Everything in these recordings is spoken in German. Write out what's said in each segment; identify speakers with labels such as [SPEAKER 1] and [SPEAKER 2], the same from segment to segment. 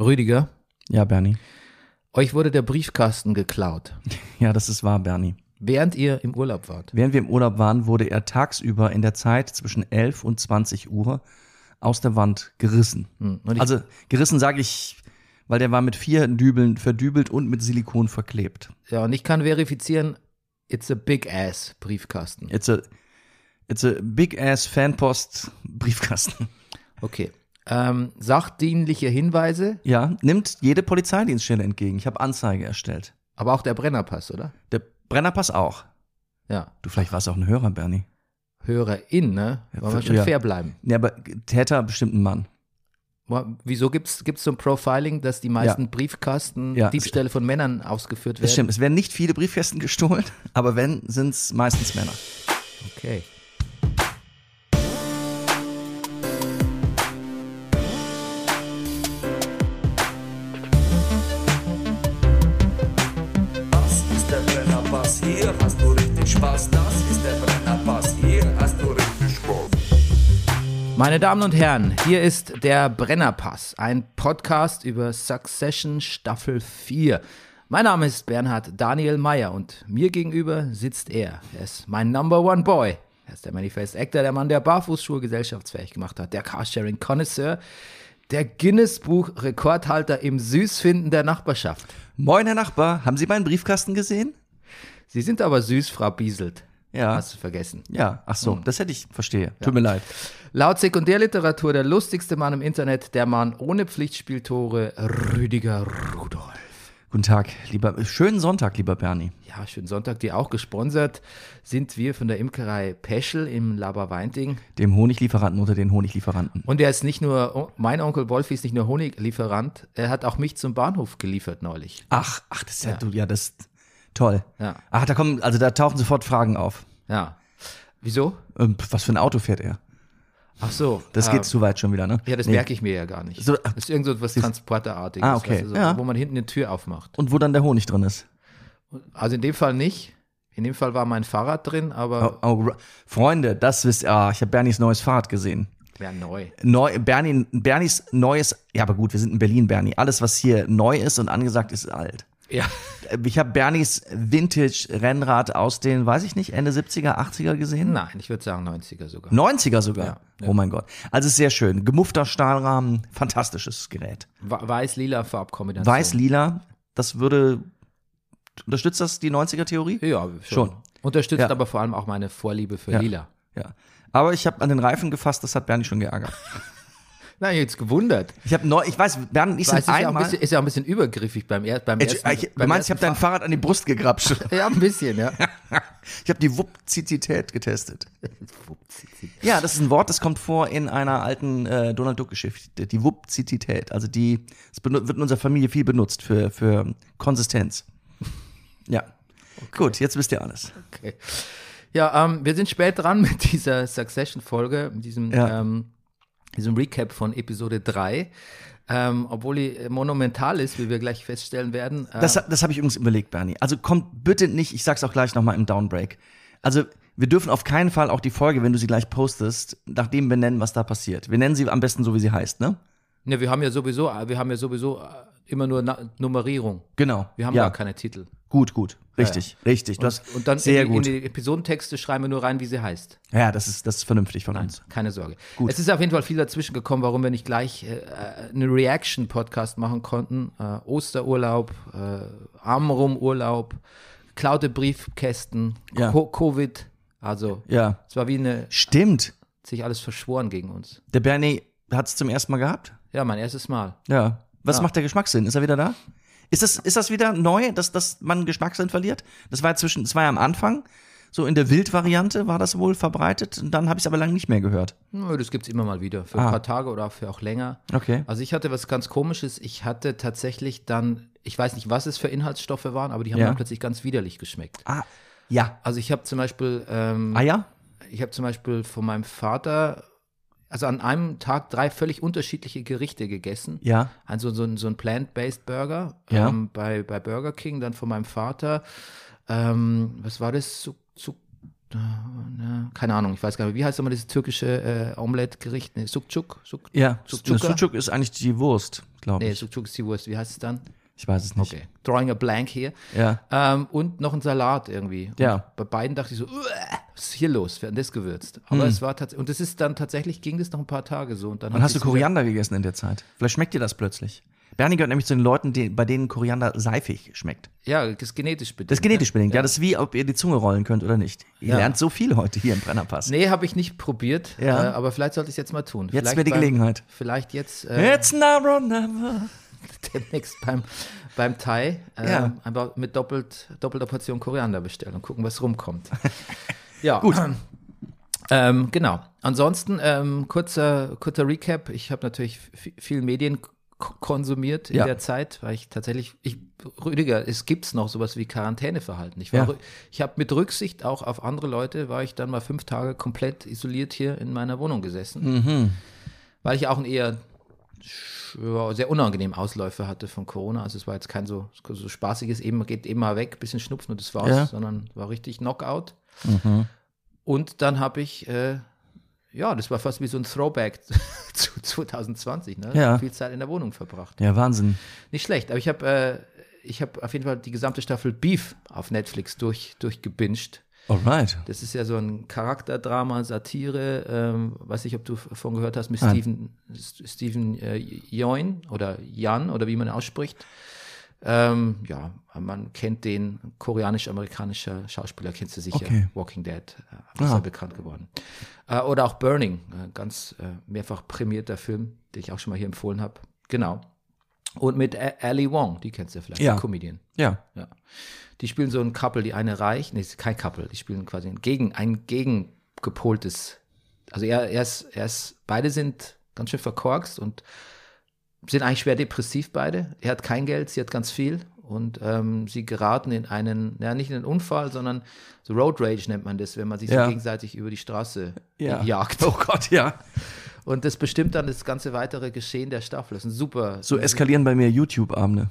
[SPEAKER 1] Rüdiger,
[SPEAKER 2] Ja, Bernie.
[SPEAKER 1] euch wurde der Briefkasten geklaut,
[SPEAKER 2] Ja, das ist wahr, Bernie.
[SPEAKER 1] während ihr im Urlaub wart.
[SPEAKER 2] Während wir im Urlaub waren, wurde er tagsüber in der Zeit zwischen 11 und 20 Uhr aus der Wand gerissen.
[SPEAKER 1] Hm. und ich-
[SPEAKER 2] also gerissen sage ich, weil der war mit vier Dübeln verdübelt und mit Silikon verklebt.
[SPEAKER 1] Ja, und ich kann verifizieren, it's a big ass Briefkasten.
[SPEAKER 2] It's a, it's a big ass Fanpost Briefkasten.
[SPEAKER 1] Okay. Ähm, sachdienliche Hinweise,
[SPEAKER 2] Ja, nimmt jede Polizeidienststelle entgegen. Ich habe Anzeige erstellt.
[SPEAKER 1] aber auch der Brennerpass, oder?
[SPEAKER 2] Der Brennerpass auch.
[SPEAKER 1] Ja.
[SPEAKER 2] Du, vielleicht warst auch ein Hörer, Bernie.
[SPEAKER 1] Hörerin, ne? Wollen wir
[SPEAKER 2] für-
[SPEAKER 1] schon
[SPEAKER 2] ja.
[SPEAKER 1] fair bleiben.
[SPEAKER 2] Ja, aber Täter bestimmt ein Mann.
[SPEAKER 1] Wa- Wieso gibt's gibt's so ein Profiling, dass die meisten Briefkasten
[SPEAKER 2] Ja.
[SPEAKER 1] Diebstähle von Männern ausgeführt
[SPEAKER 2] Das
[SPEAKER 1] werden?
[SPEAKER 2] stimmt. Es werden nicht viele Briefkästen gestohlen, aber wenn, sind es meistens Männer.
[SPEAKER 1] Okay.
[SPEAKER 3] Das ist der Brennerpass, hier hast du richtig Spaß. Das ist der Brennerpass, hier hast du richtig Spaß.
[SPEAKER 1] Meine Damen und Herren, hier ist der Brennerpass, ein Podcast über Succession Staffel 4. Mein Name ist Bernhard Daniel Meyer und mir gegenüber sitzt er. Er ist mein Number One Boy. Er ist der Manifest Actor, der Mann, der Barfußschuhe gesellschaftsfähig gemacht hat, der carsharing connoisseur der Guinness-Buch-Rekordhalter im Süßfinden der Nachbarschaft.
[SPEAKER 2] Moin, Herr Nachbar, haben Sie meinen Briefkasten gesehen?
[SPEAKER 1] Sie sind aber süß, Frau Bieselt.
[SPEAKER 2] Ja.
[SPEAKER 1] Hast du Hm. vergessen.
[SPEAKER 2] Ja, ach so, das hätte ich, verstehe. Tut mir leid.
[SPEAKER 1] Laut Sekundärliteratur der lustigste Mann im Internet, der Mann ohne Pflichtspieltore, Rüdiger Rudolf.
[SPEAKER 2] Guten Tag, lieber, schönen Sonntag, lieber Bernie.
[SPEAKER 1] Ja, schönen Sonntag, dir auch gesponsert sind wir von der Imkerei Peschel im Laberweinting.
[SPEAKER 2] Dem Honiglieferanten unter den Honiglieferanten.
[SPEAKER 1] Und er ist nicht nur, oh, mein Onkel Wolfi ist nicht nur Honiglieferant, er hat auch mich zum Bahnhof geliefert neulich.
[SPEAKER 2] Ach, ach, das ist ja, du, ja, das, toll.
[SPEAKER 1] Ja.
[SPEAKER 2] Ach, da kommen, also da tauchen sofort Fragen auf.
[SPEAKER 1] Ja. Wieso?
[SPEAKER 2] Ähm, pf, was für ein Auto fährt er?
[SPEAKER 1] Ach so.
[SPEAKER 2] Das
[SPEAKER 1] ähm,
[SPEAKER 2] geht zu weit schon wieder, ne?
[SPEAKER 1] Ja, das
[SPEAKER 2] Nee.
[SPEAKER 1] merke ich mir ja gar nicht.
[SPEAKER 2] So,
[SPEAKER 1] das ist irgend so was Transporterartiges,
[SPEAKER 2] Ah, okay,
[SPEAKER 1] weißt du, so,
[SPEAKER 2] ja.
[SPEAKER 1] wo man hinten eine Tür aufmacht.
[SPEAKER 2] Und wo dann der Honig drin ist.
[SPEAKER 1] Also in dem Fall nicht. In dem Fall war mein Fahrrad drin,
[SPEAKER 2] Oh,
[SPEAKER 1] aber
[SPEAKER 2] oh, ra- Freunde, das wisst ihr, ah, ich habe Bernies neues Fahrrad gesehen.
[SPEAKER 1] wär neu.
[SPEAKER 2] Neu, Bernie, Bernies neues, ja, aber gut, wir sind in Berlin, Bernie. Alles, was hier neu ist und angesagt ist, ist alt.
[SPEAKER 1] Ja.
[SPEAKER 2] Ich habe Bernies Vintage-Rennrad aus den, weiß ich nicht, Ende 70er, 80er gesehen.
[SPEAKER 1] Nein, ich würde sagen 90er sogar.
[SPEAKER 2] 90er sogar.
[SPEAKER 1] Ja,
[SPEAKER 2] Oh mein Gott. Also es ist sehr schön. Gemuffter Stahlrahmen, fantastisches Gerät.
[SPEAKER 1] Wa- Weiß-lila Farbkombination.
[SPEAKER 2] Weiß-lila, das würde. Unterstützt das die 90er-Theorie?
[SPEAKER 1] Ja, schon.
[SPEAKER 2] Schon.
[SPEAKER 1] Unterstützt
[SPEAKER 2] Ja.
[SPEAKER 1] aber vor allem auch meine Vorliebe für
[SPEAKER 2] Ja.
[SPEAKER 1] lila.
[SPEAKER 2] Ja. Aber ich habe an den Reifen gefasst, das hat Bernie schon geärgert.
[SPEAKER 1] Na, jetzt gewundert.
[SPEAKER 2] Ich habe neu, ich weiß, Bernie und ich
[SPEAKER 1] Weißt, du, ist,
[SPEAKER 2] sind
[SPEAKER 1] ja auch ein
[SPEAKER 2] einmal.
[SPEAKER 1] bisschen, ist ja auch ein bisschen übergriffig beim, er, beim
[SPEAKER 2] Ich,
[SPEAKER 1] ersten.
[SPEAKER 2] ich, du
[SPEAKER 1] beim
[SPEAKER 2] meinst, ich habe
[SPEAKER 1] ersten
[SPEAKER 2] dein Fahrrad an die Brust gegrapscht.
[SPEAKER 1] Fa- Ja, ein bisschen, ja.
[SPEAKER 2] Ich habe die Wupzizität getestet. Ja, das ist ein Wort, das kommt vor in einer alten äh, Donald Duck-Geschichte. Die Wupzizität. Also die, es benu- wird in unserer Familie viel benutzt für, für Konsistenz. Ja. Gut, jetzt wisst ihr alles.
[SPEAKER 1] Okay. Ja, ähm, wir sind spät dran mit dieser Succession-Folge, mit diesem,
[SPEAKER 2] Ja.
[SPEAKER 1] ähm, diesem Recap von Episode 3. Ähm, obwohl die äh, monumental ist, wie wir gleich feststellen werden. Ähm,
[SPEAKER 2] Das, das habe ich übrigens überlegt, Bernie. Also kommt bitte nicht, ich sag's auch gleich nochmal im Downbreak. Also wir dürfen auf keinen Fall auch die Folge, wenn du sie gleich postest, nach dem benennen, was da passiert. Wir nennen sie am besten so, wie sie heißt, ne?
[SPEAKER 1] ne, wir haben ja sowieso, wir haben ja sowieso äh, immer nur Na Nummerierung.
[SPEAKER 2] Genau.
[SPEAKER 1] Wir haben
[SPEAKER 2] ja.
[SPEAKER 1] gar keine Titel.
[SPEAKER 2] Gut, gut. Richtig, richtig. Du hast
[SPEAKER 1] Und dann
[SPEAKER 2] sehr
[SPEAKER 1] in, die,
[SPEAKER 2] gut.
[SPEAKER 1] in die Episodentexte schreiben wir nur rein, wie sie heißt.
[SPEAKER 2] ja, das ist, das ist vernünftig von uns.
[SPEAKER 1] Keine Sorge. Es ist auf jeden Fall viel dazwischen gekommen, warum wir nicht gleich äh, äh, einen Reaction-Podcast machen konnten. Äh, Osterurlaub, äh, Armrum-Urlaub, geklaute Briefkästen,
[SPEAKER 2] Ja.
[SPEAKER 1] Co Covid. Also,
[SPEAKER 2] Ja.
[SPEAKER 1] es war wie eine,
[SPEAKER 2] Stimmt.
[SPEAKER 1] hat sich alles verschworen gegen uns.
[SPEAKER 2] Der Bernie hat es zum ersten Mal gehabt.
[SPEAKER 1] Ja, mein erstes Mal.
[SPEAKER 2] Ja. Was macht der Geschmackssinn? Ist er wieder da? Ist das, ist das wieder neu, dass, dass man Geschmackssinn verliert? Das war ja zwischen, das war ja am Anfang. So in der Wildvariante war das wohl verbreitet. Und dann habe ich es aber lange nicht mehr gehört.
[SPEAKER 1] Nö, Hm, das gibt es immer mal wieder. Für
[SPEAKER 2] Ah.
[SPEAKER 1] ein paar Tage oder für auch länger.
[SPEAKER 2] Okay.
[SPEAKER 1] Also ich hatte was ganz Komisches. Ich hatte tatsächlich dann, ich weiß nicht, was es für Inhaltsstoffe waren, aber die haben
[SPEAKER 2] Ja.
[SPEAKER 1] dann plötzlich ganz widerlich geschmeckt.
[SPEAKER 2] Ah, ja.
[SPEAKER 1] Also ich habe zum Beispiel, ähm,
[SPEAKER 2] Eier?
[SPEAKER 1] ich habe zum Beispiel von meinem Vater, also an einem Tag drei völlig unterschiedliche Gerichte gegessen.
[SPEAKER 2] Ja.
[SPEAKER 1] Also so ein, so ein Plant-Based Burger
[SPEAKER 2] Ja.
[SPEAKER 1] ähm, bei, bei Burger King, dann von meinem Vater. Ähm, was war das? Zu, zu na, keine Ahnung, ich weiß gar nicht, wie heißt immer dieses türkische äh, Omelette-Gericht? Ne, Sukçuk? Suk
[SPEAKER 2] Ja,
[SPEAKER 1] Sucuk-
[SPEAKER 2] Sucuk ist eigentlich die Wurst, glaube
[SPEAKER 1] Nee,
[SPEAKER 2] ich.
[SPEAKER 1] Sukçuk ist die Wurst, wie heißt es dann?
[SPEAKER 2] Ich weiß es nicht.
[SPEAKER 1] Okay, drawing a blank hier.
[SPEAKER 2] Ja.
[SPEAKER 1] Ähm, und noch ein Salat irgendwie. Und
[SPEAKER 2] Ja.
[SPEAKER 1] Bei beiden dachte ich so, "Uah, was ist hier los? Wir haben das gewürzt. Aber es war tatsächlich, und es ist dann tatsächlich, ging das noch ein paar Tage so. Und dann
[SPEAKER 2] Hm. Und hast du
[SPEAKER 1] Korea
[SPEAKER 2] Koriander gegessen in der Zeit? Vielleicht schmeckt dir das plötzlich. Bernie gehört nämlich zu den Leuten, die, bei denen Koriander seifig schmeckt.
[SPEAKER 1] Ja, das ist genetisch bedingt.
[SPEAKER 2] Das ist genetisch bedingt. Ja. das ist wie, ob ihr die Zunge rollen könnt oder nicht. Ihr
[SPEAKER 1] Ja.
[SPEAKER 2] lernt so viel heute hier im Brennerpass.
[SPEAKER 1] Nee, habe ich nicht probiert,
[SPEAKER 2] Ja.
[SPEAKER 1] äh, aber vielleicht sollte ich es jetzt mal tun.
[SPEAKER 2] Jetzt
[SPEAKER 1] Vielleicht
[SPEAKER 2] wäre die
[SPEAKER 1] beim-
[SPEAKER 2] Gelegenheit.
[SPEAKER 1] Vielleicht jetzt äh,
[SPEAKER 2] It's now or never.
[SPEAKER 1] demnächst beim, beim Thai äh,
[SPEAKER 2] Ja.
[SPEAKER 1] einfach mit doppelt, doppelter Portion Koriander bestellen und gucken, was rumkommt. ja,
[SPEAKER 2] Gut.
[SPEAKER 1] Ähm, genau. Ansonsten ähm, kurzer, kurzer Recap. Ich habe natürlich vi- viel Medien k- konsumiert in
[SPEAKER 2] Ja.
[SPEAKER 1] der Zeit, weil ich tatsächlich, ich, Rüdiger, es gibt's noch sowas wie Quarantäneverhalten. Ich, war,
[SPEAKER 2] Ja.
[SPEAKER 1] rü- ich habe mit Rücksicht auch auf andere Leute, war ich dann mal fünf Tage komplett isoliert hier in meiner Wohnung gesessen, weil ich auch ein eher sch- ja, sehr unangenehm Ausläufe hatte von Corona. Also es war jetzt kein so, so spaßiges, eben geht eben mal weg, bisschen schnupfen und das war's,
[SPEAKER 2] Ja. Mhm.
[SPEAKER 1] sondern war richtig Knockout. Und dann habe ich, äh, ja, das war fast wie so ein Throwback zu 2020, ne?
[SPEAKER 2] Ja.
[SPEAKER 1] Viel Zeit in der Wohnung verbracht.
[SPEAKER 2] Ja, Wahnsinn.
[SPEAKER 1] Nicht schlecht, aber ich habe äh, ich habe auf jeden Fall die gesamte Staffel Beef auf Netflix durch, durchgebinged.
[SPEAKER 2] Alright.
[SPEAKER 1] Das ist ja so ein Charakterdrama, Satire, ähm, weiß nicht, ob du f- davon gehört hast, mit
[SPEAKER 2] Ah.
[SPEAKER 1] Stephen, S- Stephen äh, Join oder Jan oder wie man ihn ausspricht. Ähm, ja, man kennt den koreanisch-amerikanischer Schauspieler, kennst du sicher,
[SPEAKER 2] Okay.
[SPEAKER 1] Walking Dead, äh, ist
[SPEAKER 2] Ah.
[SPEAKER 1] sehr bekannt geworden. Äh, oder auch Burning, äh, ganz äh, mehrfach prämierter Film, den ich auch schon mal hier empfohlen habe. Genau. Und mit A- Ali Wong, die kennst du vielleicht,
[SPEAKER 2] Ja.
[SPEAKER 1] die Comedian.
[SPEAKER 2] Ja.
[SPEAKER 1] Ja. Die spielen so ein Couple, die eine reich, nee, es ist kein Couple, die spielen quasi ein gegen, ein gegengepoltes. Also er, er ist, er ist, beide sind ganz schön verkorkst und sind eigentlich schwer depressiv beide. Er hat kein Geld, sie hat ganz viel und ähm, sie geraten in einen, ja nicht in einen Unfall, sondern so Road Rage nennt man das, wenn man sich
[SPEAKER 2] Ja.
[SPEAKER 1] so gegenseitig über die Straße
[SPEAKER 2] Ja.
[SPEAKER 1] jagt.
[SPEAKER 2] Oh Gott, ja.
[SPEAKER 1] Und das bestimmt dann das ganze weitere Geschehen der Staffel. Das ist ein super,
[SPEAKER 2] So eskalieren bei mir YouTube-Abende.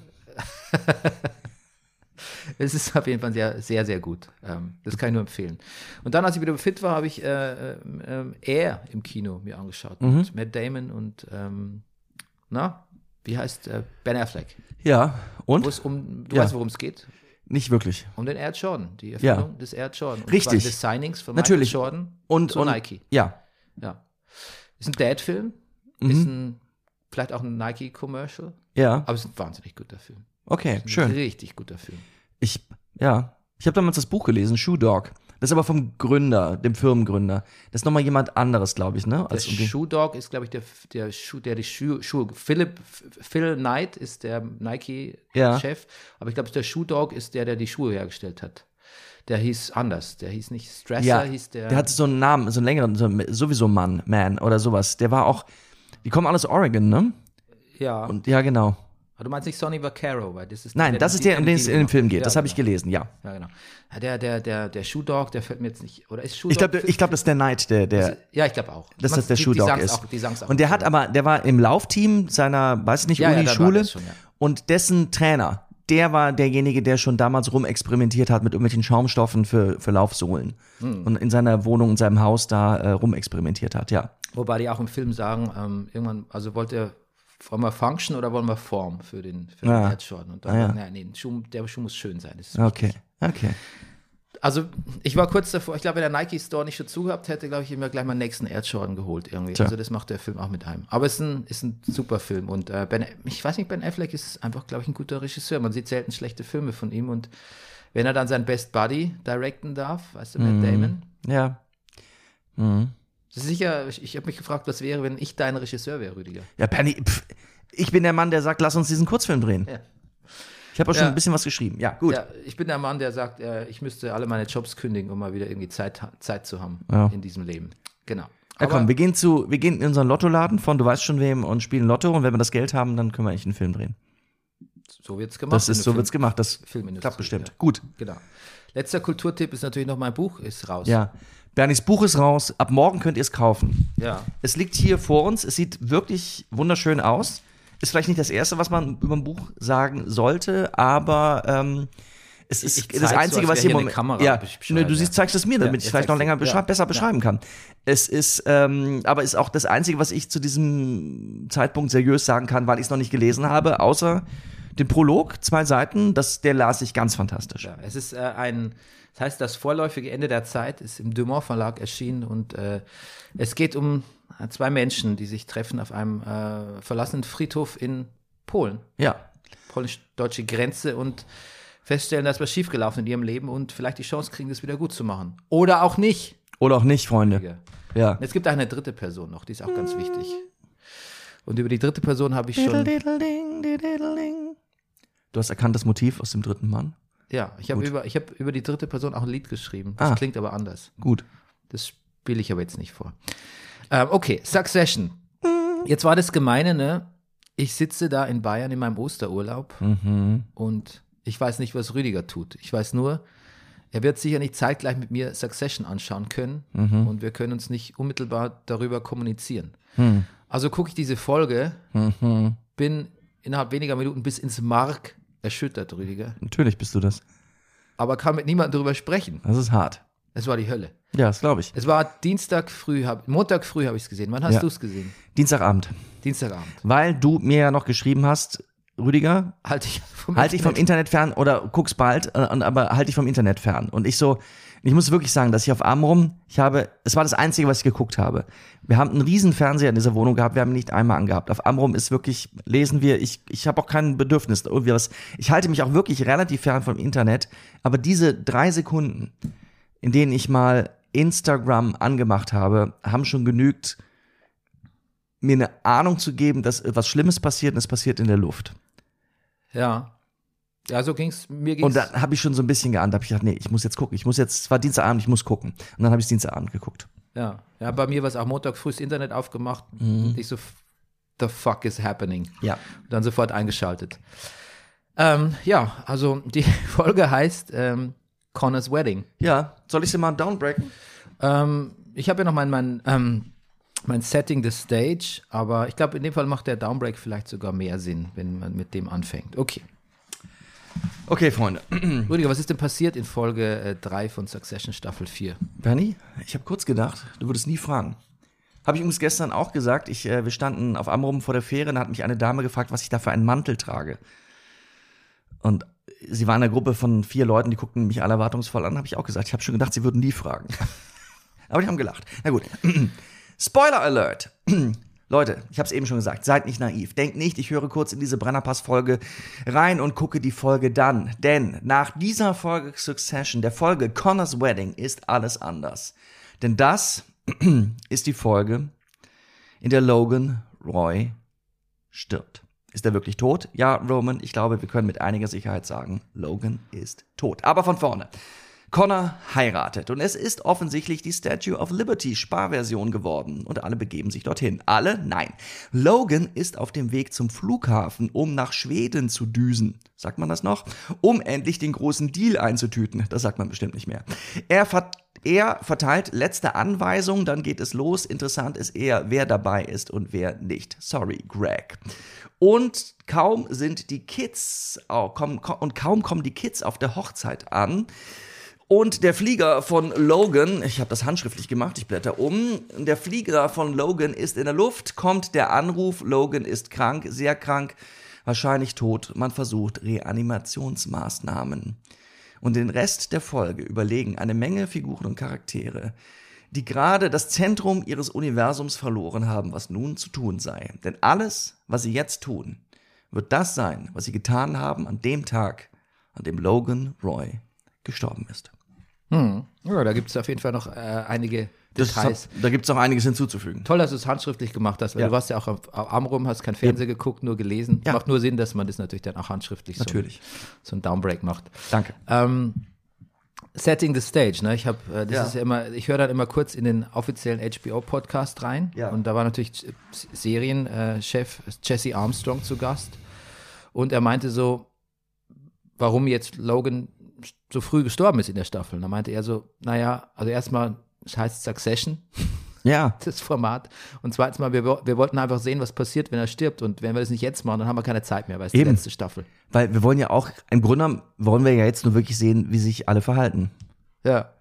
[SPEAKER 1] Es ist auf jeden Fall sehr, sehr, sehr gut. Ähm, das kann ich nur empfehlen. Und dann, als ich wieder fit war, habe ich äh, ähm, ähm, Air im Kino mir angeschaut.
[SPEAKER 2] Mhm.
[SPEAKER 1] Mit Matt Damon und, ähm, na, wie heißt äh, Ben Affleck?
[SPEAKER 2] Ja.
[SPEAKER 1] Wo
[SPEAKER 2] Und?
[SPEAKER 1] es um, du
[SPEAKER 2] Ja.
[SPEAKER 1] weißt, worum es geht?
[SPEAKER 2] Nicht wirklich.
[SPEAKER 1] Um den Air Jordan, die Erfindung des Air Jordan. Und
[SPEAKER 2] Richtig.
[SPEAKER 1] quasi Des Signings von Michael
[SPEAKER 2] Natürlich.
[SPEAKER 1] Jordan
[SPEAKER 2] Und,
[SPEAKER 1] zu
[SPEAKER 2] und
[SPEAKER 1] Nike.
[SPEAKER 2] Ja.
[SPEAKER 1] Ja. Ist ein Dad-Film.
[SPEAKER 2] Mhm.
[SPEAKER 1] Ist ein, vielleicht auch ein Nike-Commercial.
[SPEAKER 2] Ja.
[SPEAKER 1] Aber es ist ein wahnsinnig guter Film.
[SPEAKER 2] Okay,
[SPEAKER 1] Ein
[SPEAKER 2] schön.
[SPEAKER 1] Richtig guter Film.
[SPEAKER 2] Ich, ja. Ich habe damals das Buch gelesen, Shoe Dog. Das ist aber vom Gründer, dem Firmengründer. Das ist nochmal jemand anderes, glaube ich, ne?
[SPEAKER 1] Der
[SPEAKER 2] um den-
[SPEAKER 1] Shoe Dog ist, glaube ich, der, der Schuh, der die Schuhe, Schuhe Philip, Phil Knight ist der Nike-Chef,
[SPEAKER 2] Ja.
[SPEAKER 1] aber ich glaube, der Shoe Dog ist der, der die Schuhe hergestellt hat. Der hieß anders, der hieß nicht Stresser,
[SPEAKER 2] ja,
[SPEAKER 1] hieß der.
[SPEAKER 2] hatte so einen Namen, so einen längeren, so, einen- sowieso Mann, Man oder sowas. Der war auch, die kommen alle aus Oregon, ne?
[SPEAKER 1] ja.
[SPEAKER 2] Und ja, genau.
[SPEAKER 1] Aber du meinst nicht Sonny Vaccaro, weil das ist
[SPEAKER 2] Nein, das ist der, um den es in dem Film geht.
[SPEAKER 1] Ja,
[SPEAKER 2] das habe ich
[SPEAKER 1] genau.
[SPEAKER 2] gelesen, ja.
[SPEAKER 1] Ja, genau. Ja, der, der, der, der Shoe Dog, der fällt mir jetzt nicht. Oder ist Shoe
[SPEAKER 2] Ich
[SPEAKER 1] Dog?
[SPEAKER 2] glaube, ich glaub, das ist der Knight, der, der,
[SPEAKER 1] ja, ich glaube auch. Also,
[SPEAKER 2] dass
[SPEAKER 1] Man-
[SPEAKER 2] das der
[SPEAKER 1] die-
[SPEAKER 2] Shoe
[SPEAKER 1] die
[SPEAKER 2] Dog
[SPEAKER 1] sagen's
[SPEAKER 2] ist.
[SPEAKER 1] Auch, die sagen's auch.
[SPEAKER 2] und der hat aber, der war im Laufteam seiner, weiß ich nicht,
[SPEAKER 1] Ja, ja,
[SPEAKER 2] Uni,
[SPEAKER 1] dann war
[SPEAKER 2] Schule
[SPEAKER 1] das schon, ja.
[SPEAKER 2] und dessen Trainer, der war derjenige, der schon damals rumexperimentiert hat mit irgendwelchen Schaumstoffen für, für Laufsohlen
[SPEAKER 1] Hm.
[SPEAKER 2] und in seiner Wohnung, in seinem Haus da äh, rumexperimentiert hat, ja.
[SPEAKER 1] Wobei die auch im Film sagen, ähm, irgendwann, also wollt ihr, wollen wir Function oder wollen wir Form für den, für
[SPEAKER 2] Ah.
[SPEAKER 1] den Headshot? Und dann,
[SPEAKER 2] Ah, ja.
[SPEAKER 1] nein, nee, ein Schuh, der Schuh muss schön sein. Das ist
[SPEAKER 2] Okay,
[SPEAKER 1] wichtig.
[SPEAKER 2] okay.
[SPEAKER 1] Also ich war kurz davor, ich glaube, wenn der Nike Store nicht schon zugehabt hätte, glaube ich, immer gleich meinen nächsten Air Jordan geholt irgendwie.
[SPEAKER 2] Tja.
[SPEAKER 1] Also das macht der Film auch mit einem. Aber es ist ein, ist ein super Film und äh, ben, ich weiß nicht, Ben Affleck ist einfach, glaube ich, ein guter Regisseur. Man sieht selten schlechte Filme von ihm und wenn er dann seinen Best Buddy directen darf, weißt du,
[SPEAKER 2] Mhm.
[SPEAKER 1] Matt Damon,
[SPEAKER 2] Ja.
[SPEAKER 1] das ist sicher, ich, ich habe mich gefragt, was wäre, wenn ich dein Regisseur wäre, Rüdiger.
[SPEAKER 2] Ja, Penny, pff, ich bin der Mann, der sagt, lass uns diesen Kurzfilm drehen.
[SPEAKER 1] Ja.
[SPEAKER 2] Ich habe auch schon
[SPEAKER 1] Ja.
[SPEAKER 2] ein bisschen was geschrieben. Ja, gut.
[SPEAKER 1] Ja, ich bin der Mann, der sagt, äh, ich müsste alle meine Jobs kündigen, um mal wieder irgendwie Zeit, ha- Zeit zu haben
[SPEAKER 2] Ja.
[SPEAKER 1] in diesem Leben. Genau.
[SPEAKER 2] Ja,
[SPEAKER 1] Aber
[SPEAKER 2] komm, wir gehen zu, wir gehen in unseren Lottoladen von du weißt schon wem und spielen Lotto und wenn wir das Geld haben, dann können wir eigentlich einen Film drehen.
[SPEAKER 1] so wird's gemacht.
[SPEAKER 2] Das
[SPEAKER 1] in
[SPEAKER 2] ist,
[SPEAKER 1] der
[SPEAKER 2] so
[SPEAKER 1] Film-
[SPEAKER 2] wird's gemacht. Das
[SPEAKER 1] Filmindustrie,
[SPEAKER 2] klappt bestimmt.
[SPEAKER 1] ja.
[SPEAKER 2] Gut.
[SPEAKER 1] Genau. Letzter Kulturtipp ist natürlich noch mein Buch ist raus.
[SPEAKER 2] Ja. Bernies Buch ist raus. Ab morgen könnt ihr es kaufen.
[SPEAKER 1] Ja.
[SPEAKER 2] Es liegt hier vor uns. Es sieht wirklich wunderschön aus. Ist vielleicht nicht das Erste, was man über ein Buch sagen sollte, aber ähm, Es ist
[SPEAKER 1] Ich zeig
[SPEAKER 2] das
[SPEAKER 1] so,
[SPEAKER 2] Einzige,
[SPEAKER 1] als
[SPEAKER 2] was
[SPEAKER 1] wär
[SPEAKER 2] hier
[SPEAKER 1] hier
[SPEAKER 2] im
[SPEAKER 1] eine
[SPEAKER 2] Moment-
[SPEAKER 1] Kamera
[SPEAKER 2] Ja,
[SPEAKER 1] beschreiben,
[SPEAKER 2] ne, du
[SPEAKER 1] ja.
[SPEAKER 2] siehst, zeigst es mir, damit
[SPEAKER 1] Ja,
[SPEAKER 2] ich vielleicht noch
[SPEAKER 1] zeig's
[SPEAKER 2] länger
[SPEAKER 1] dir.
[SPEAKER 2] beschrei
[SPEAKER 1] Ja,
[SPEAKER 2] besser
[SPEAKER 1] ja.
[SPEAKER 2] beschreiben kann. Es ist, ähm, aber ist auch das Einzige, was ich zu diesem Zeitpunkt seriös sagen kann, weil ich es noch nicht gelesen habe, außer den Prolog, zwei Seiten, das, der las ich ganz fantastisch.
[SPEAKER 1] Ja, es ist äh, ein, das heißt, das vorläufige Ende der Zeit ist im Dumont Verlag erschienen und äh, es geht um äh, zwei Menschen, die sich treffen auf einem äh, verlassenen Friedhof in Polen,
[SPEAKER 2] Ja.
[SPEAKER 1] polnisch-deutsche Grenze und feststellen, dass was schiefgelaufen in ihrem Leben und vielleicht die Chance kriegen, das wieder gut zu machen. Oder auch nicht.
[SPEAKER 2] Oder auch nicht, Freunde.
[SPEAKER 1] Ja.
[SPEAKER 2] Ja.
[SPEAKER 1] Und es gibt auch eine dritte Person noch, die ist auch ganz wichtig. Und über die dritte Person habe ich schon
[SPEAKER 2] Diddle-diddle-ding, diddle-ding. Du hast erkannt das Motiv aus dem dritten Mann.
[SPEAKER 1] Ja, ich habe
[SPEAKER 2] Gut.
[SPEAKER 1] über, ich hab über die dritte Person auch ein Lied geschrieben. Das
[SPEAKER 2] Ah.
[SPEAKER 1] klingt aber anders.
[SPEAKER 2] Gut.
[SPEAKER 1] Das spiele ich aber jetzt nicht vor. Ähm, okay, Succession. Jetzt war das Gemeine, ne? Ich sitze da in Bayern in meinem Osterurlaub
[SPEAKER 2] Mhm.
[SPEAKER 1] und ich weiß nicht, was Rüdiger tut. Ich weiß nur, er wird sicher nicht zeitgleich mit mir Succession anschauen können
[SPEAKER 2] Mhm.
[SPEAKER 1] und wir können uns nicht unmittelbar darüber kommunizieren.
[SPEAKER 2] Hm.
[SPEAKER 1] Also gucke ich diese Folge,
[SPEAKER 2] Mhm.
[SPEAKER 1] bin innerhalb weniger Minuten bis ins Mark erschüttert, Rüdiger,
[SPEAKER 2] Natürlich bist du das.
[SPEAKER 1] aber kann mit niemandem darüber sprechen.
[SPEAKER 2] Das ist hart.
[SPEAKER 1] Es war die Hölle.
[SPEAKER 2] Ja, das glaube ich.
[SPEAKER 1] Es war Dienstag früh, hab, Montag früh habe ich es gesehen. Wann hast
[SPEAKER 2] Ja.
[SPEAKER 1] du es gesehen?
[SPEAKER 2] Dienstagabend.
[SPEAKER 1] Dienstagabend.
[SPEAKER 2] Weil du mir ja noch geschrieben hast, Rüdiger,
[SPEAKER 1] Halte ich vom
[SPEAKER 2] Halte ich Halt vom
[SPEAKER 1] Internet.
[SPEAKER 2] Internet fern oder guck's bald, äh, und- aber halte ich vom Internet fern. Und ich so, ich muss wirklich sagen, dass ich auf Arm rum, ich habe, es war das Einzige, was ich geguckt habe. Wir haben einen riesen Fernseher in dieser Wohnung gehabt, wir haben ihn nicht einmal angehabt. Auf Arm rum ist wirklich, lesen wir, ich, ich habe auch kein Bedürfnis, irgendwie was. Ich halte mich auch wirklich relativ fern vom Internet, aber diese drei Sekunden, in denen ich mal Instagram angemacht habe, haben schon genügt, mir eine Ahnung zu geben, dass etwas Schlimmes passiert und es passiert in der Luft.
[SPEAKER 1] Ja. Ja, so ging's. Mir ging's.
[SPEAKER 2] Und dann habe ich schon so ein bisschen geahnt, habe ich gedacht, nee, ich muss jetzt gucken, ich muss jetzt, es war Dienstagabend, ich muss gucken. Und dann habe ich Dienstagabend geguckt.
[SPEAKER 1] ja. ja, bei mir war es auch Montag früh das Internet aufgemacht. Und ich so, the fuck is happening?
[SPEAKER 2] Ja.
[SPEAKER 1] Und dann sofort eingeschaltet. Ähm, ja, also die Folge heißt ähm, Connors Wedding.
[SPEAKER 2] Ja, soll ich sie mal downbreaken?
[SPEAKER 1] Ähm, ich habe ja noch mein, mein, ähm, mein Setting the Stage, aber ich glaube, in dem Fall macht der Downbreak vielleicht sogar mehr Sinn, wenn man mit dem anfängt. Okay.
[SPEAKER 2] Okay, Freunde.
[SPEAKER 1] Rüdiger, was ist denn passiert in Folge 3 von Succession Staffel 4?
[SPEAKER 2] Bernie, ich habe kurz gedacht, du würdest nie fragen. Habe ich übrigens gestern auch gesagt, ich, äh, wir standen auf Amrum vor der Fähre und da hat mich eine Dame gefragt, was ich da für einen Mantel trage. Und sie war in einer Gruppe von vier Leuten, die guckten mich alle erwartungsvoll an, habe ich auch gesagt. Ich habe schon gedacht, sie würden nie fragen. Aber die haben gelacht. Na gut. Spoiler Alert! Leute, ich habe es eben schon gesagt, seid nicht naiv. Denkt nicht, ich höre kurz in diese Brennerpass-Folge rein und gucke die Folge dann. Denn nach dieser Folge Succession, der Folge Connors Wedding, ist alles anders. Denn das ist die Folge, in der Logan Roy stirbt. Ist er wirklich tot? Ja, Roman, ich glaube, wir können mit einiger Sicherheit sagen, Logan ist tot. Aber von vorne. Connor heiratet und es ist offensichtlich die Statue of Liberty Sparversion geworden und alle begeben sich dorthin. Alle? Nein. Logan ist auf dem Weg zum Flughafen, um nach Schweden zu düsen. Sagt man das noch? Um endlich den großen Deal einzutüten. Das sagt man bestimmt nicht mehr. Er, ver er verteilt letzte Anweisungen, dann geht es los. Interessant ist eher, wer dabei ist und wer nicht. Sorry, Greg. Und kaum sind die Kids, oh, kommen, ko- und kaum kommen die Kids auf der Hochzeit an, und der Flieger von Logan, ich habe das handschriftlich gemacht, ich blätter um. Der Flieger von Logan ist in der Luft, kommt der Anruf, Logan ist krank, sehr krank, wahrscheinlich tot. Man versucht Reanimationsmaßnahmen. Und den Rest der Folge überlegen eine Menge Figuren und Charaktere, die gerade das Zentrum ihres Universums verloren haben, was nun zu tun sei. Denn alles, was sie jetzt tun, wird das sein, was sie getan haben an dem Tag, an dem Logan Roy gestorben ist.
[SPEAKER 1] Hm. Ja, da gibt es auf jeden Fall noch äh, einige
[SPEAKER 2] Das
[SPEAKER 1] Details.
[SPEAKER 2] hat, da gibt es auch einiges hinzuzufügen.
[SPEAKER 1] Toll, dass du es handschriftlich gemacht hast, weil
[SPEAKER 2] Ja.
[SPEAKER 1] du warst ja auch am, am Arm rum, hast kein Fernseher geguckt, nur gelesen.
[SPEAKER 2] Ja.
[SPEAKER 1] Macht nur Sinn, dass man das natürlich dann auch handschriftlich
[SPEAKER 2] Natürlich.
[SPEAKER 1] So, so einen Downbreak macht.
[SPEAKER 2] Danke.
[SPEAKER 1] Ähm, Setting the Stage, ne? Ich habe, äh, das
[SPEAKER 2] Ja.
[SPEAKER 1] ist ja immer, ich höre dann immer kurz in den offiziellen HBO-Podcast rein.
[SPEAKER 2] Ja.
[SPEAKER 1] Und da war natürlich Serienchef äh, Jesse Armstrong zu Gast. Und er meinte so, warum jetzt Logan so früh gestorben ist in der Staffel. Und da meinte er so, naja, also erstmal, es heißt Succession.
[SPEAKER 2] Ja.
[SPEAKER 1] das Format. Und zweitens mal, wir, wo- wir wollten einfach sehen, was passiert, wenn er stirbt. Und wenn wir das nicht jetzt machen, dann haben wir keine Zeit mehr, weil es die
[SPEAKER 2] Eben.
[SPEAKER 1] letzte Staffel.
[SPEAKER 2] Weil wir wollen ja auch, im Grunde genommen wollen wir ja jetzt nur wirklich sehen, wie sich alle verhalten.
[SPEAKER 1] Ja.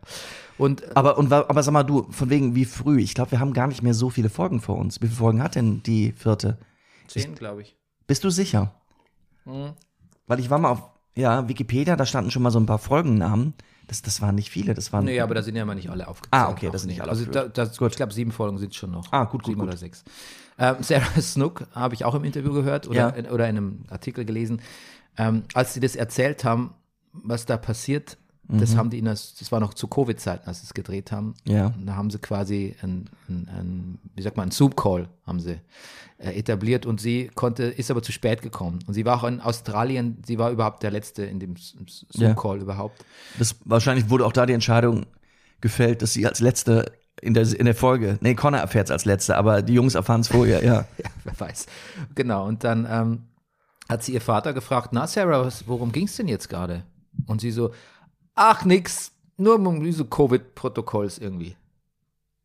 [SPEAKER 1] Und äh,
[SPEAKER 2] Aber, und, wa- aber sag mal du, von wegen wie früh, ich glaube, wir haben gar nicht mehr so viele Folgen vor uns. Wie viele Folgen hat denn die vierte?
[SPEAKER 1] zehn, glaube ich.
[SPEAKER 2] Bist du sicher? Weil ich war mal auf, ja, Wikipedia, da standen schon mal so ein paar Folgennamen. Das, das waren nicht viele, das waren.
[SPEAKER 1] Nee, aber da sind ja mal nicht alle aufgezählt.
[SPEAKER 2] Ah, okay,
[SPEAKER 1] Auch
[SPEAKER 2] das sind nicht alle
[SPEAKER 1] Also da,
[SPEAKER 2] aufgeführt.
[SPEAKER 1] das, ich glaube, sieben Folgen sind schon noch.
[SPEAKER 2] Ah, gut, gut,
[SPEAKER 1] Sieben
[SPEAKER 2] gut.
[SPEAKER 1] oder sechs. Ähm, Sarah Snook habe ich auch im Interview gehört oder,
[SPEAKER 2] Ja.
[SPEAKER 1] in, oder in einem Artikel gelesen. Ähm, als sie das erzählt haben, was da passiert, das haben die in das, das war noch zu Covid-Zeiten, als sie es gedreht haben.
[SPEAKER 2] Mhm. Ja.
[SPEAKER 1] Und da haben sie quasi ein, ein, ein wie sagt man, einen Zoom-Call haben sie äh, etabliert und sie konnte, ist aber zu spät gekommen. Und sie war auch in Australien, sie war überhaupt der Letzte in dem S- S-
[SPEAKER 2] Ja.
[SPEAKER 1] Zoom-Call überhaupt.
[SPEAKER 2] das, wahrscheinlich wurde auch da die Entscheidung gefällt, dass sie als Letzte in der, in der Folge, nee, Connor erfährt es als Letzte, aber die Jungs erfahren es vorher, ja.
[SPEAKER 1] Ja, wer weiß. Genau, und dann ähm, hat sie ihr Vater gefragt, na Sarah, was, worum ging es denn jetzt gerade? Und sie so, ach nix, nur um diese Covid-Protokolls irgendwie.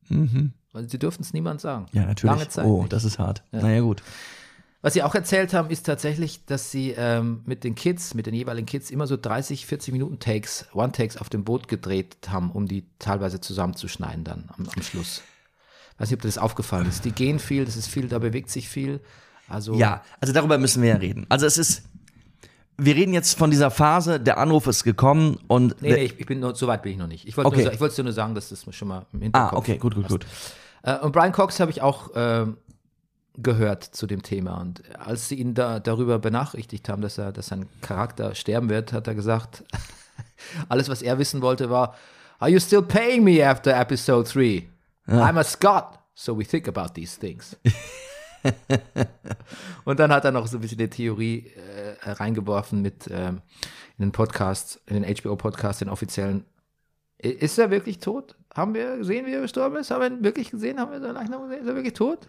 [SPEAKER 2] Mhm.
[SPEAKER 1] Und sie durften es niemand sagen.
[SPEAKER 2] Ja, natürlich.
[SPEAKER 1] Lange Zeit.
[SPEAKER 2] oh,
[SPEAKER 1] nicht.
[SPEAKER 2] das ist hart. Naja, gut.
[SPEAKER 1] Was sie auch erzählt haben, ist tatsächlich, dass sie ähm, mit den Kids, mit den jeweiligen Kids immer so 30, 40 Minuten Takes, One-Takes auf dem Boot gedreht haben, um die teilweise zusammenzuschneiden dann am, am Schluss. Weiß nicht, ob dir das aufgefallen ist. Die gehen viel, das ist viel, da bewegt sich viel. Also
[SPEAKER 2] Ja, also darüber müssen wir ja reden. Also es ist, wir reden jetzt von dieser Phase, der Anruf ist gekommen und.
[SPEAKER 1] Nee, nee, ich, ich bin nur, so weit bin ich noch nicht. Ich wollte
[SPEAKER 2] Okay.
[SPEAKER 1] nur, sa- ich wollte dir nur sagen, dass das schon mal im Hinterkopf
[SPEAKER 2] ah, okay, gut, gut, gut.
[SPEAKER 1] Äh, und Brian Cox habe ich auch ähm, gehört zu dem Thema. Und als sie ihn da, darüber benachrichtigt haben, dass, er, dass sein Charakter sterben wird, hat er gesagt, alles, was er wissen wollte, war, Are you still paying me after episode 3? I'm a Scot, so we think about these things. Und dann hat er noch so ein bisschen eine Theorie äh, reingeworfen mit ähm, in den Podcast, in den HBO-Podcast, den offiziellen. I- Ist er wirklich tot? Haben wir gesehen, wie er gestorben ist? Haben wir ihn wirklich gesehen? Haben wir seinen Leichnam gesehen? Ist er wirklich tot?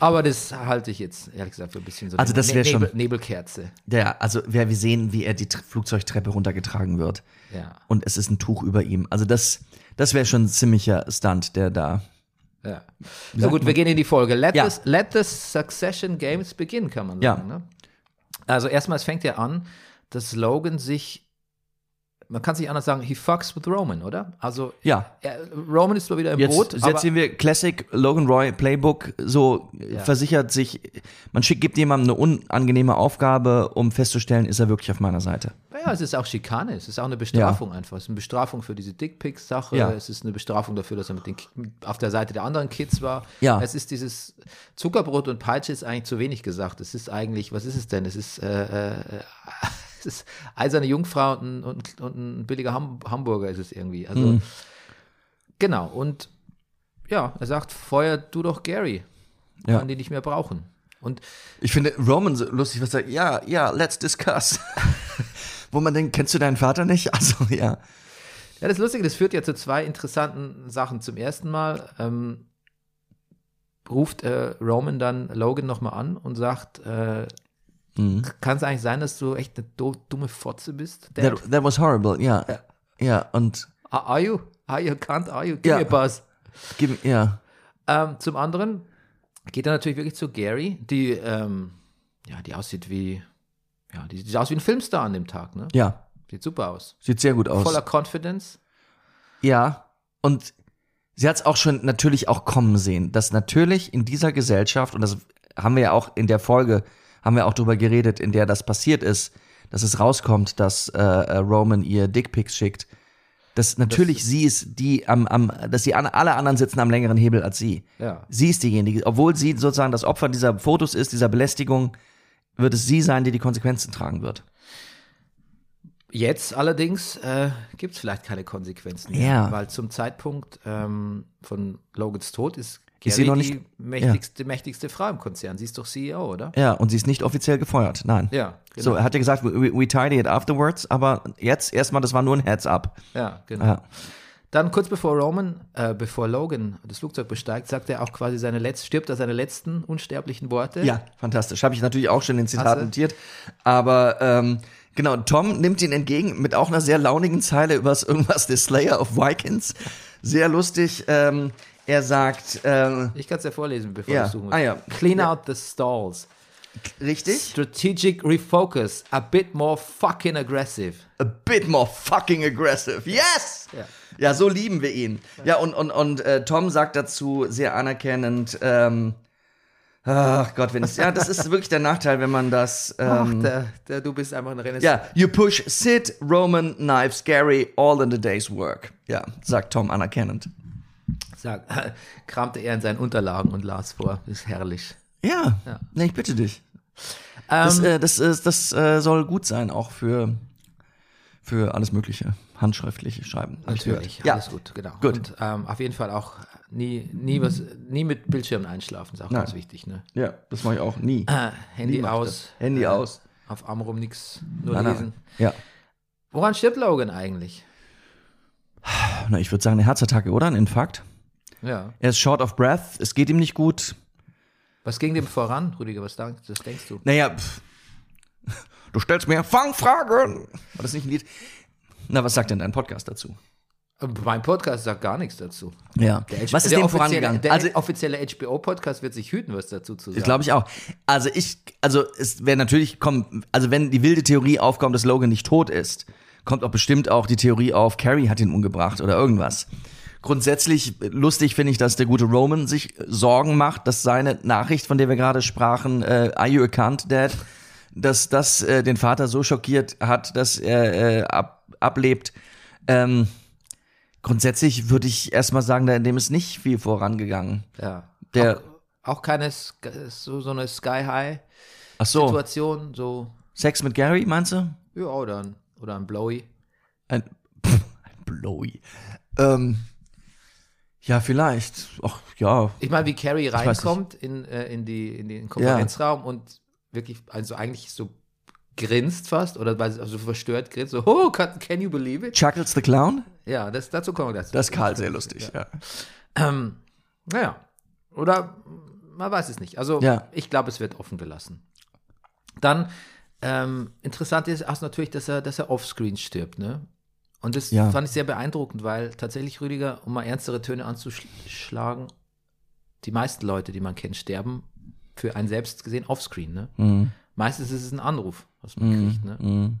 [SPEAKER 1] Aber das halte ich jetzt, ehrlich gesagt, für ein bisschen so Ne-
[SPEAKER 2] Also das wär schon-
[SPEAKER 1] Nebel, Nebelkerze.
[SPEAKER 2] Ja, also wir, wir sehen, wie er die Tr- Flugzeugtreppe runtergetragen wird.
[SPEAKER 1] Ja,
[SPEAKER 2] Und es ist ein Tuch über ihm. Also das, das wäre schon ein ziemlicher Stunt, der da.
[SPEAKER 1] ja. So gut, wir gehen in die Folge. Let,
[SPEAKER 2] Ja.
[SPEAKER 1] the, let the Succession Games begin, kann man
[SPEAKER 2] Ja.
[SPEAKER 1] sagen. Ne? Also erstmal, es fängt ja an, dass Logan sich, man kann es nicht anders sagen, he fucks with Roman, oder? Also
[SPEAKER 2] Ja,
[SPEAKER 1] er, Roman ist zwar wieder im
[SPEAKER 2] Jetzt,
[SPEAKER 1] Boot,
[SPEAKER 2] jetzt
[SPEAKER 1] aber
[SPEAKER 2] sehen wir Classic Logan Roy Playbook, so äh,
[SPEAKER 1] Ja.
[SPEAKER 2] versichert sich, man schickt, gibt jemandem eine unangenehme Aufgabe, um festzustellen, ist er wirklich auf meiner Seite.
[SPEAKER 1] naja, es ist auch Schikane, es ist auch eine Bestrafung einfach. Es ist eine Bestrafung für diese Dickpics-Sache,
[SPEAKER 2] Ja.
[SPEAKER 1] es ist eine Bestrafung dafür, dass er mit den Ki- mit- auf der Seite der anderen Kids war.
[SPEAKER 2] Ja.
[SPEAKER 1] Es ist dieses Zuckerbrot und Peitsche ist eigentlich zu wenig gesagt. Es ist eigentlich, was ist es denn? Es ist, äh, äh, es ist eiserne Jungfrau und ein, und, und ein billiger Ham Hamburger ist es irgendwie. Also
[SPEAKER 2] Mhm.
[SPEAKER 1] genau und ja, er sagt, feuer du doch Gary,
[SPEAKER 2] Ja.
[SPEAKER 1] kann die nicht mehr brauchen. Und
[SPEAKER 2] Ich finde Roman so lustig, was er sagt, ja, ja, let's discuss. Wo man denkt, kennst du deinen Vater nicht? Also, ja.
[SPEAKER 1] Ja, das Lustige, das führt ja zu zwei interessanten Sachen. Zum ersten Mal ähm, ruft äh, Roman dann Logan nochmal an und sagt, äh,
[SPEAKER 2] Mhm.
[SPEAKER 1] kann es eigentlich sein, dass du echt eine do dumme Fotze bist? Dad?
[SPEAKER 2] That, that was horrible, ja. Ja, und,
[SPEAKER 1] Are, are you? Are you can't? Are you? Give
[SPEAKER 2] Ja.
[SPEAKER 1] me a buzz.
[SPEAKER 2] gib, mir- ja.
[SPEAKER 1] Ähm, zum anderen geht er natürlich wirklich zu Gary, die, ähm, ja, die aussieht wie, ja, die sieht aus wie ein Filmstar an dem Tag, ne?
[SPEAKER 2] Ja,
[SPEAKER 1] Sieht super aus.
[SPEAKER 2] sieht sehr gut aus.
[SPEAKER 1] Voller Confidence.
[SPEAKER 2] Ja, und sie hat es auch schon natürlich auch kommen sehen, dass natürlich in dieser Gesellschaft, und das haben wir ja auch in der Folge, haben wir auch drüber geredet, in der das passiert ist, dass es rauskommt, dass äh, äh, Roman ihr Dickpics schickt, dass natürlich sie ist die am, am dass sie an, alle anderen sitzen am längeren Hebel als sie.
[SPEAKER 1] Ja.
[SPEAKER 2] Sie ist diejenige, obwohl sie sozusagen das Opfer dieser Fotos ist, dieser Belästigung, wird es sie sein, die die Konsequenzen tragen wird.
[SPEAKER 1] Jetzt allerdings äh, gibt es vielleicht keine Konsequenzen
[SPEAKER 2] Ja.
[SPEAKER 1] weil zum Zeitpunkt ähm, von Logans Tod ist Gary
[SPEAKER 2] Ist sie noch
[SPEAKER 1] die
[SPEAKER 2] nicht-
[SPEAKER 1] mächtigste, mächtigste Frau im Konzern. Sie ist doch CEO, oder?
[SPEAKER 2] Ja, und sie ist nicht offiziell gefeuert, nein.
[SPEAKER 1] Ja, genau.
[SPEAKER 2] So, äh, er hat ja gesagt, we, we tidy it afterwards, aber jetzt erstmal, das war nur ein Heads up.
[SPEAKER 1] Ja, genau.
[SPEAKER 2] Ja.
[SPEAKER 1] Dann kurz bevor Roman, äh, bevor Logan das Flugzeug besteigt, sagt er auch quasi seine letzten, stirbt er seine letzten unsterblichen Worte.
[SPEAKER 2] Fantastisch. Habe ich natürlich auch schon in den Zitat
[SPEAKER 1] Hast du?
[SPEAKER 2] notiert. Aber ähm, genau, Tom nimmt ihn entgegen mit auch einer sehr launigen Zeile über irgendwas, der Slayer of Vikings. Sehr lustig. Ähm, Er sagt, ähm,
[SPEAKER 1] Ich kann es ja vorlesen, bevor
[SPEAKER 2] Ja.
[SPEAKER 1] du suchen musst.
[SPEAKER 2] Ah, ja.
[SPEAKER 1] Clean out the stalls.
[SPEAKER 2] richtig?
[SPEAKER 1] Strategic refocus. A bit more fucking aggressive.
[SPEAKER 2] A bit more fucking aggressive. Yes!
[SPEAKER 1] Ja.
[SPEAKER 2] Ja, so lieben wir ihn. Ja, und, und, und äh, Tom sagt dazu sehr anerkennend, ähm, ach Gott, wenn es. Ja, das ist wirklich der Nachteil, wenn man das.
[SPEAKER 1] Ach,
[SPEAKER 2] Ähm,
[SPEAKER 1] der, der, du bist einfach ein Renaissance.
[SPEAKER 2] ja, you push Sid, Roman, Knives, Gary, all in the day's work. Ja, sagt Tom anerkennend.
[SPEAKER 1] Sag, kramte er in seinen Unterlagen und las vor. Ist herrlich.
[SPEAKER 2] Ja, nee, ich bitte dich. Das,
[SPEAKER 1] Ähm,
[SPEAKER 2] äh, das, ist, das äh, soll gut sein, auch für, für alles Mögliche. Handschriftliche Schreiben. hab ich
[SPEAKER 1] natürlich,
[SPEAKER 2] gehört. Ja,
[SPEAKER 1] alles gut, genau.
[SPEAKER 2] Gut.
[SPEAKER 1] Und ähm, auf jeden Fall auch nie, nie, was, nie mit Bildschirmen einschlafen, ist auch ganz wichtig. Ne?
[SPEAKER 2] Ja, das mache ich auch nie.
[SPEAKER 1] Äh, Handy
[SPEAKER 2] macht
[SPEAKER 1] aus.
[SPEAKER 2] das. Handy
[SPEAKER 1] äh,
[SPEAKER 2] aus.
[SPEAKER 1] Auf Arm rum nix, nur
[SPEAKER 2] Nein, nein.
[SPEAKER 1] lesen.
[SPEAKER 2] Ja.
[SPEAKER 1] Woran stirbt Logan eigentlich?
[SPEAKER 2] Na, ich würde sagen, eine Herzattacke, oder? Ein Infarkt.
[SPEAKER 1] Ja.
[SPEAKER 2] Er ist short of breath, es geht ihm nicht gut.
[SPEAKER 1] Was ging dem voran, Rüdiger? Was denkst, das denkst du?
[SPEAKER 2] Naja, pff. du stellst mir Fangfragen. War das nicht ein Lied? Na, was sagt denn dein Podcast dazu?
[SPEAKER 1] Mein Podcast sagt gar nichts dazu.
[SPEAKER 2] Ja.
[SPEAKER 1] Der
[SPEAKER 2] Was ist
[SPEAKER 1] der
[SPEAKER 2] dem
[SPEAKER 1] offizielle-
[SPEAKER 2] vorangegangen?
[SPEAKER 1] Der
[SPEAKER 2] Also,
[SPEAKER 1] offizielle HBO-Podcast wird sich hüten, was dazu zu sagen.
[SPEAKER 2] ich glaube ich auch. Also ich, also es wäre natürlich, komm, also wenn die wilde Theorie aufkommt, dass Logan nicht tot ist, kommt auch bestimmt auch die Theorie auf, Carrie hat ihn umgebracht oder irgendwas. Grundsätzlich äh, lustig finde ich, dass der gute Roman sich äh, Sorgen macht, dass seine Nachricht, von der wir gerade sprachen, äh, Are you a cunt, Dad, dass das äh, den Vater so schockiert hat, dass er äh, ab, ablebt. Ähm, grundsätzlich würde ich erstmal sagen, da in dem ist nicht viel vorangegangen.
[SPEAKER 1] ja.
[SPEAKER 2] Der,
[SPEAKER 1] Auch keine Sk- so, so eine Sky-High-Situation,
[SPEAKER 2] ach so,
[SPEAKER 1] so
[SPEAKER 2] Sex mit Gary, meinst du?
[SPEAKER 1] Ja, oder ein, oder ein Blowy.
[SPEAKER 2] Ein, pff, ein Blowy. Ähm, ja, vielleicht. Ach ja.
[SPEAKER 1] Ich meine, wie Carrie
[SPEAKER 2] weiß
[SPEAKER 1] reinkommt in, äh, in, die, in den Konferenzraum und wirklich, also eigentlich so grinst fast oder weil sie- also verstört grinst, so, oh, can, can you believe it?
[SPEAKER 2] Chuckles the Clown?
[SPEAKER 1] Ja, das, dazu kommen wir gleich.
[SPEAKER 2] Das ist Karl sehr lustig, ja.
[SPEAKER 1] Ähm, naja, oder man weiß es nicht. Also
[SPEAKER 2] Ja.
[SPEAKER 1] ich glaube, es wird offen gelassen. Dann ähm, interessant ist auch natürlich, dass er, dass er offscreen stirbt, ne? Und das
[SPEAKER 2] Ja.
[SPEAKER 1] fand ich sehr beeindruckend, weil tatsächlich, Rüdiger, um mal ernstere Töne anzuschlagen, die meisten Leute, die man kennt, sterben für einen selbst gesehen offscreen, ne?
[SPEAKER 2] Mhm.
[SPEAKER 1] Meistens ist es ein Anruf, was
[SPEAKER 2] mm,
[SPEAKER 1] man kriegt, ne?
[SPEAKER 2] Mhm.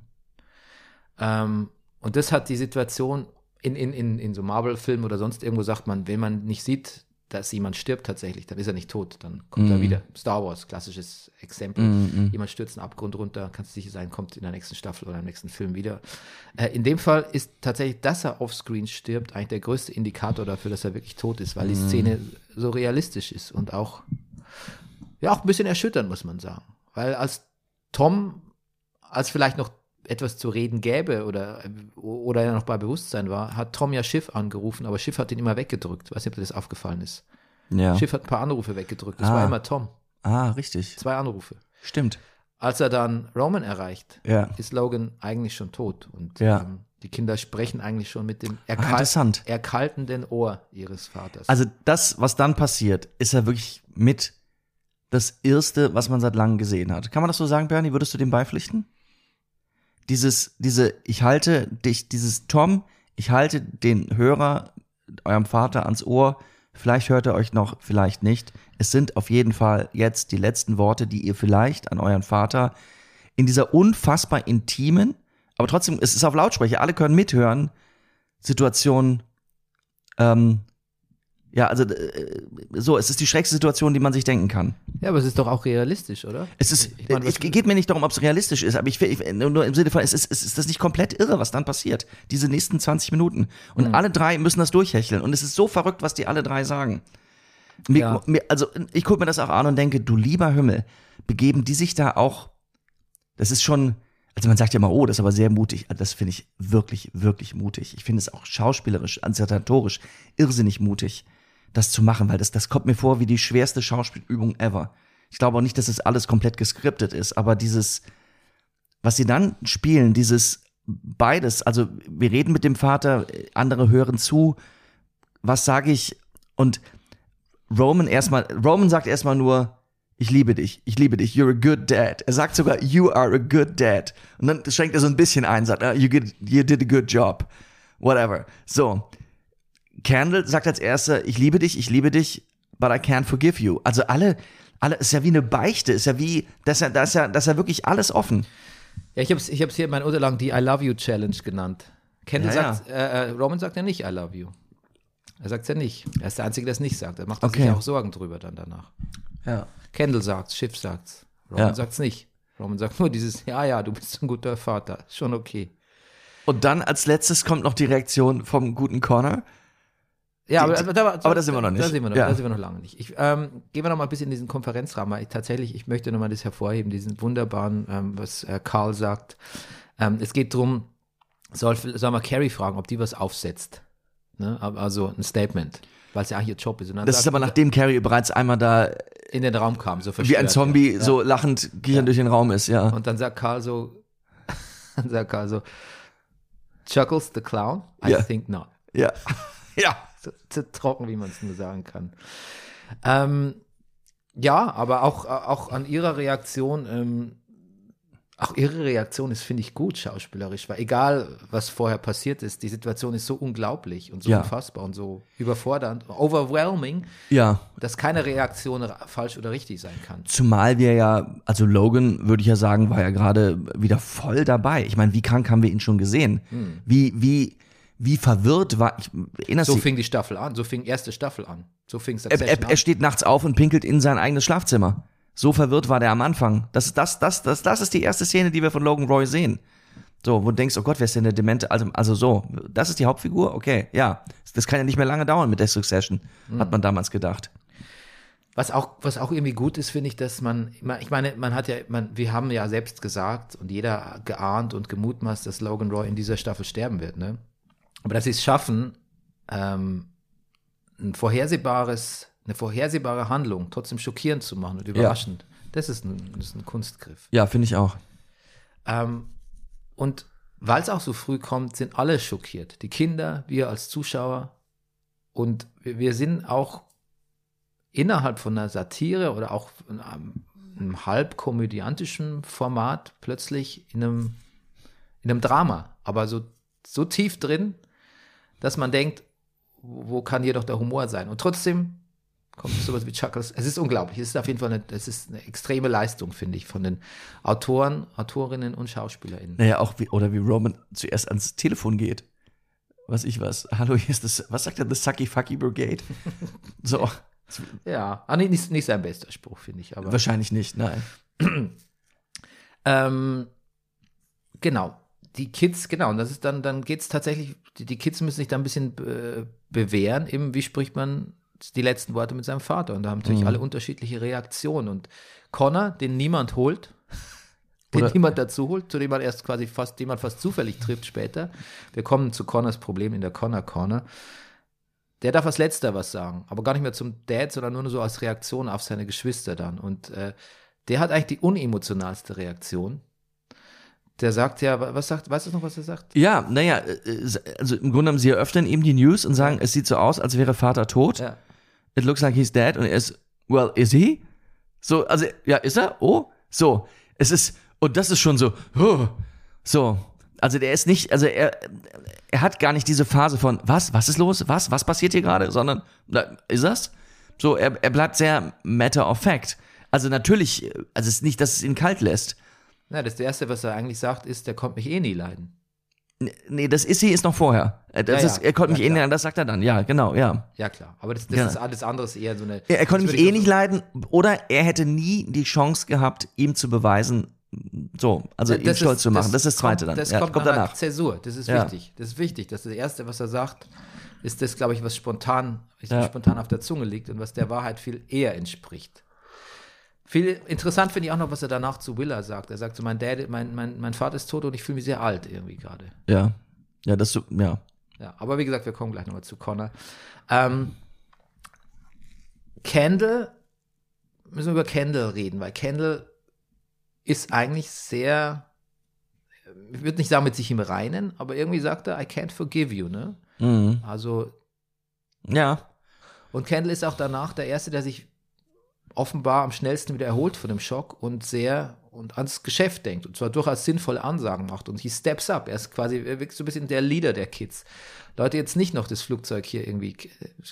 [SPEAKER 1] Ähm, und das hat die Situation in, in, in, in so Marvel-Filmen oder sonst irgendwo sagt man, wenn man nicht sieht, dass jemand stirbt tatsächlich, dann ist er nicht tot, dann kommt er
[SPEAKER 2] Mhm.
[SPEAKER 1] wieder. Star Wars, klassisches Exempel.
[SPEAKER 2] Mhm.
[SPEAKER 1] Jemand stürzt einen Abgrund runter, kannst sicher sein, kommt in der nächsten Staffel oder im nächsten Film wieder. Äh, in dem Fall ist tatsächlich, dass er offscreen stirbt, eigentlich der größte Indikator dafür, dass er wirklich tot ist, weil die
[SPEAKER 2] Mhm.
[SPEAKER 1] Szene so realistisch ist und auch, ja, auch ein bisschen erschüttern, muss man sagen. Weil als Tom als vielleicht noch etwas zu reden gäbe oder, oder er noch bei Bewusstsein war, hat Tom ja Schiff angerufen, aber Schiff hat ihn immer weggedrückt. Weiß nicht, ob dir das aufgefallen ist.
[SPEAKER 2] Ja.
[SPEAKER 1] Schiff hat ein paar Anrufe weggedrückt. Das
[SPEAKER 2] Ah.
[SPEAKER 1] war immer Tom.
[SPEAKER 2] Ah, richtig.
[SPEAKER 1] Zwei Anrufe.
[SPEAKER 2] Stimmt.
[SPEAKER 1] Als er dann Roman erreicht,
[SPEAKER 2] Ja.
[SPEAKER 1] ist Logan eigentlich schon tot. Und
[SPEAKER 2] Ja.
[SPEAKER 1] ähm, die Kinder sprechen eigentlich schon mit dem
[SPEAKER 2] Ah,
[SPEAKER 1] erkal
[SPEAKER 2] interessant.
[SPEAKER 1] erkaltenden Ohr ihres Vaters.
[SPEAKER 2] Also das, was dann passiert, ist ja wirklich mit das Erste, was man seit langem gesehen hat. Kann man das so sagen, Bernie? Würdest du dem beipflichten? Dieses, diese, ich halte dich, dieses Tom, ich halte den Hörer, eurem Vater ans Ohr. Vielleicht hört er euch noch, vielleicht nicht. Es sind auf jeden Fall jetzt die letzten Worte, die ihr vielleicht an euren Vater in dieser unfassbar intimen, aber trotzdem, es ist auf Lautsprecher, alle können mithören, Situation ähm, ja, also äh, so, es ist die schrägste Situation, die man sich denken kann.
[SPEAKER 1] ja, aber es ist doch auch realistisch, oder?
[SPEAKER 2] Es ist,
[SPEAKER 1] Ich meine,
[SPEAKER 2] es
[SPEAKER 1] was-
[SPEAKER 2] geht mir nicht darum, ob es realistisch ist, aber ich, ich nur nur im Sinne von, es ist, es ist das nicht komplett irre, was dann passiert, diese nächsten 20 Minuten.
[SPEAKER 1] Mhm.
[SPEAKER 2] Und alle drei müssen das durchhecheln. Und es ist so verrückt, was die alle drei sagen. Mir,
[SPEAKER 1] Ja.
[SPEAKER 2] mir, also ich gucke mir das auch an und denke, du lieber Himmel, begeben die sich da auch, das ist schon, also man sagt ja immer, oh, das ist aber sehr mutig. Also das finde ich wirklich, wirklich mutig. Ich finde es auch schauspielerisch, inszenatorisch irrsinnig mutig, das zu machen, weil das, das kommt mir vor wie die schwerste Schauspielübung ever. Ich glaube auch nicht, dass es das alles komplett geskriptet ist, aber dieses, was sie dann spielen, dieses beides, also wir reden mit dem Vater, äh, andere hören zu, was sage ich und Roman erstmal, Roman sagt erstmal nur, ich liebe dich, ich liebe dich, you're a good dad. Er sagt sogar, you are a good dad. Und dann schränkt er so ein bisschen ein, sagt, ah, you, did- you did a good job. Whatever. So. Candle sagt als erster, ich liebe dich, ich liebe dich, but I can't forgive you. Also alle, alle, ist ja wie eine Beichte, ist ja wie, das ist ja, das ist ja, das ist ja wirklich alles offen.
[SPEAKER 1] Ja, ich habe es ich hab's hier in meinen Unterlagen die I Love You Challenge genannt. Kendall
[SPEAKER 2] Ja, ja.
[SPEAKER 1] sagt, Äh, äh, Roman sagt ja nicht I Love You. Er sagt ja nicht. Er ist der Einzige, der es nicht sagt. Er macht
[SPEAKER 2] Okay.
[SPEAKER 1] sich ja auch Sorgen drüber dann danach.
[SPEAKER 2] Ja.
[SPEAKER 1] Kendall sagt's, Schiff sagt's. Roman
[SPEAKER 2] Ja.
[SPEAKER 1] sagt's nicht. Roman sagt nur dieses, ja, ja, du bist ein guter Vater. Ist Schon okay.
[SPEAKER 2] Und dann als letztes kommt noch die Reaktion vom guten Connor.
[SPEAKER 1] Ja,
[SPEAKER 2] Die-
[SPEAKER 1] aber,
[SPEAKER 2] die-
[SPEAKER 1] da,
[SPEAKER 2] aber da sind wir noch nicht.
[SPEAKER 1] Da sind wir noch,
[SPEAKER 2] Ja.
[SPEAKER 1] da sind wir noch lange nicht. Ich, ähm, gehen wir noch mal ein bisschen in diesen Konferenzrahmen. Weil ich, tatsächlich, ich möchte noch mal das hervorheben, diesen wunderbaren, ähm, was äh, Karl sagt. Ähm, es geht drum, soll, soll man Carrie fragen, ob die was aufsetzt. Ne? Ab- Also ein Statement, weil es ja eigentlich ihr Job ist. Und dann
[SPEAKER 2] Das ist
[SPEAKER 1] sagt,
[SPEAKER 2] aber nachdem Carrie bereits einmal da
[SPEAKER 1] in den Raum kam, so
[SPEAKER 2] wie ein
[SPEAKER 1] verstört,
[SPEAKER 2] Zombie
[SPEAKER 1] ja.
[SPEAKER 2] so lachend kichern durch den Raum ist, ja.
[SPEAKER 1] Und dann sagt Karl so, dann sagt Karl so, Chuckles the Clown? I
[SPEAKER 2] Ja.
[SPEAKER 1] think not.
[SPEAKER 2] ja. Ja.
[SPEAKER 1] so, so trocken, wie man es nur sagen kann. Ähm, ja, aber auch, auch an ihrer Reaktion, ähm, auch ihre Reaktion ist, finde ich, gut schauspielerisch, weil egal, was vorher passiert ist, die Situation ist so unglaublich und so
[SPEAKER 2] Ja.
[SPEAKER 1] unfassbar und so überfordernd, overwhelming,
[SPEAKER 2] Ja.
[SPEAKER 1] dass keine Reaktion ra- falsch oder richtig sein kann.
[SPEAKER 2] Zumal wir ja, also Logan, würde ich ja sagen, war ja gerade wieder voll dabei. Ich meine, wie krank haben wir ihn schon gesehen? Wie, wie, wie verwirrt war ich? Erinnerst
[SPEAKER 1] So
[SPEAKER 2] du?
[SPEAKER 1] fing die Staffel an, so fing erste Staffel an. So fing
[SPEAKER 2] Er,
[SPEAKER 1] Succession
[SPEAKER 2] er, er
[SPEAKER 1] an.
[SPEAKER 2] steht nachts auf und pinkelt in sein eigenes Schlafzimmer. So verwirrt war der am Anfang. Das, das, das, das, das ist die erste Szene, die wir von Logan Roy sehen. So, wo du denkst, oh Gott, wer ist denn der Demente? Also, also so, das ist die Hauptfigur? Okay, ja. Das kann ja nicht mehr lange dauern mit der Succession, hat man damals gedacht.
[SPEAKER 1] Was auch, was auch irgendwie gut ist, finde ich, dass man, ich meine, man hat ja, man, wir haben ja selbst gesagt und jeder geahnt und gemutmaßt, dass Logan Roy in dieser Staffel sterben wird, ne? Aber dass sie es schaffen, ähm, ein vorhersehbares, eine vorhersehbare Handlung trotzdem schockierend zu machen und überraschend, das, ist ein, das ist ein Kunstgriff.
[SPEAKER 2] Ja, finde ich auch.
[SPEAKER 1] Ähm, und weil es auch so früh kommt, sind alle schockiert. Die Kinder, wir als Zuschauer. Und wir, wir sind auch innerhalb von einer Satire oder auch in einem, einem halb komödiantischen Format plötzlich in einem, in einem Drama. Aber so, so tief drin, dass man denkt, wo kann hier doch der Humor sein? Und trotzdem kommt sowas wie Chuckles. Es ist unglaublich. Es ist auf jeden Fall eine, es ist eine extreme Leistung, finde ich, von den Autoren, Autorinnen und SchauspielerInnen.
[SPEAKER 2] Naja, auch wie, oder wie Roman zuerst ans Telefon geht. Was ich was. Hallo, hier ist das, was sagt er, The Sucky Fucky Brigade? So,
[SPEAKER 1] Ja, ah, nee, nicht, nicht sein bester Spruch, finde ich. Aber
[SPEAKER 2] wahrscheinlich nicht, nein.
[SPEAKER 1] Ähm, genau. Die Kids, genau, und das ist dann, dann geht's tatsächlich, die, die Kids müssen sich da ein bisschen äh, bewähren, eben wie spricht man die letzten Worte mit seinem Vater. Und da haben natürlich alle unterschiedliche Reaktionen. Und Connor, den niemand holt, den
[SPEAKER 2] Oder-
[SPEAKER 1] niemand dazu holt, zu dem man erst quasi fast, den man fast zufällig trifft später. Wir kommen zu Connors Problem in der Connor Corner. Der darf als letzter was sagen, aber gar nicht mehr zum Dad, sondern nur so als Reaktion auf seine Geschwister dann. Und äh, der hat eigentlich die unemotionalste Reaktion. Der sagt ja, wa- was sagt, weißt du noch, was er sagt?
[SPEAKER 2] Ja, naja, äh, also im Grunde haben sie eröffnen eben die News und sagen, es sieht so aus, als wäre Vater tot.
[SPEAKER 1] Ja.
[SPEAKER 2] It looks like he's dead. Und er ist, well, is he? So, also, ja, ist er? Oh, so. Es ist, und das ist schon so, huh. so. Also der ist nicht, also er, er hat gar nicht diese Phase von, was, was ist los, was, was passiert hier gerade, sondern, na, ist das? So, er, er bleibt sehr matter of fact. Also natürlich, also es ist nicht, dass es ihn kalt lässt.
[SPEAKER 1] Na, das Erste, was er eigentlich sagt, ist, der kommt mich eh nie leiden.
[SPEAKER 2] Nee, das ist sie ist noch vorher. Äh, Das
[SPEAKER 1] Ja,
[SPEAKER 2] ist,
[SPEAKER 1] ja.
[SPEAKER 2] er
[SPEAKER 1] Ja,
[SPEAKER 2] konnte mich eh
[SPEAKER 1] klar.
[SPEAKER 2] nicht, das sagt er dann, ja, genau, ja.
[SPEAKER 1] Ja, klar. Aber das, das
[SPEAKER 2] Ja.
[SPEAKER 1] ist alles andere ist eher so eine.
[SPEAKER 2] Er, er konnte
[SPEAKER 1] das
[SPEAKER 2] mich
[SPEAKER 1] würde
[SPEAKER 2] eh
[SPEAKER 1] ich
[SPEAKER 2] nicht
[SPEAKER 1] auch
[SPEAKER 2] leiden oder er hätte nie die Chance gehabt, ihm zu beweisen, so, also
[SPEAKER 1] so-
[SPEAKER 2] ihn stolz zu machen. Das ist das Zweite
[SPEAKER 1] kommt,
[SPEAKER 2] dann.
[SPEAKER 1] Das
[SPEAKER 2] ja,
[SPEAKER 1] kommt, nach danach. Zäsur. Das ist
[SPEAKER 2] Ja.
[SPEAKER 1] wichtig. Das ist wichtig. Das, ist das Erste, was er sagt, ist das, glaube ich, was spontan, was
[SPEAKER 2] Ja.
[SPEAKER 1] spontan auf der Zunge liegt und was der Wahrheit viel eher entspricht. Viel interessant finde ich auch noch, was er danach zu Willa sagt. Er sagt so, mein Dad, mein, mein, mein Vater ist tot und ich fühle mich sehr alt irgendwie gerade.
[SPEAKER 2] Ja, ja, das so, ja.
[SPEAKER 1] Ja, aber wie gesagt, wir kommen gleich nochmal zu Connor. Ähm, Kendall, müssen wir über Kendall reden, weil Kendall ist eigentlich sehr, ich würde nicht sagen mit sich im Reinen, aber irgendwie sagt er, I can't forgive you, ne?
[SPEAKER 2] Mhm.
[SPEAKER 1] Also,
[SPEAKER 2] Ja,
[SPEAKER 1] und Kendall ist auch danach der Erste, der sich offenbar am schnellsten wieder erholt von dem Schock und sehr und ans Geschäft denkt und zwar durchaus sinnvolle Ansagen macht und he steps up. Er ist quasi wirklich so ein bisschen der Leader der Kids. Leute, jetzt nicht noch das Flugzeug hier irgendwie,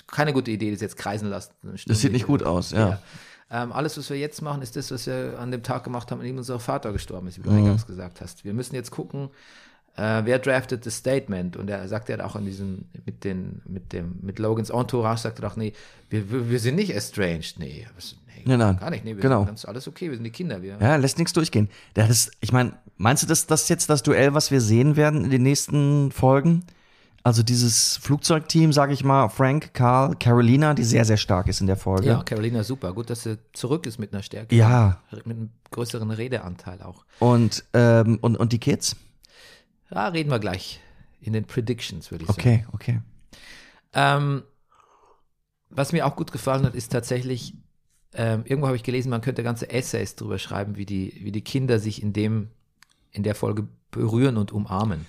[SPEAKER 1] keine gute Idee, das jetzt kreisen lassen.
[SPEAKER 2] Das sieht nicht gut aus, ja.
[SPEAKER 1] Ähm, alles, was wir jetzt machen, ist das, was wir an dem Tag gemacht haben, an dem unser Vater gestorben ist, wie du
[SPEAKER 2] Mhm.
[SPEAKER 1] eingangs gesagt hast. Wir müssen jetzt gucken, äh, wer draftet das Statement? Und er sagt ja auch in diesem, mit den, mit dem, mit Logans Entourage sagt er auch, nee, wir, wir, wir sind nicht estranged, nee. Was, nee
[SPEAKER 2] Nein, nein.
[SPEAKER 1] Gar nicht, nee, wir
[SPEAKER 2] Genau.
[SPEAKER 1] sind, das ist alles okay, wir sind die Kinder, wir.
[SPEAKER 2] Ja, lässt nichts durchgehen. Das ist, ich meine, meinst du, dass das jetzt das Duell, was wir sehen werden in den nächsten Folgen? Also dieses Flugzeugteam, sage ich mal, Frank, Carl, Carolina, die sehr, sehr stark ist in der Folge.
[SPEAKER 1] Ja, Carolina, super. Gut, dass sie zurück ist mit einer Stärke.
[SPEAKER 2] Ja.
[SPEAKER 1] Mit einem größeren Redeanteil auch.
[SPEAKER 2] Und, ähm, und, und die Kids?
[SPEAKER 1] Da reden wir gleich in den Predictions, würde ich sagen.
[SPEAKER 2] Okay, okay.
[SPEAKER 1] Ähm, was mir auch gut gefallen hat, ist tatsächlich, ähm, irgendwo habe ich gelesen, man könnte ganze Essays drüber schreiben, wie die, wie die Kinder sich in dem, in der Folge berühren und umarmen.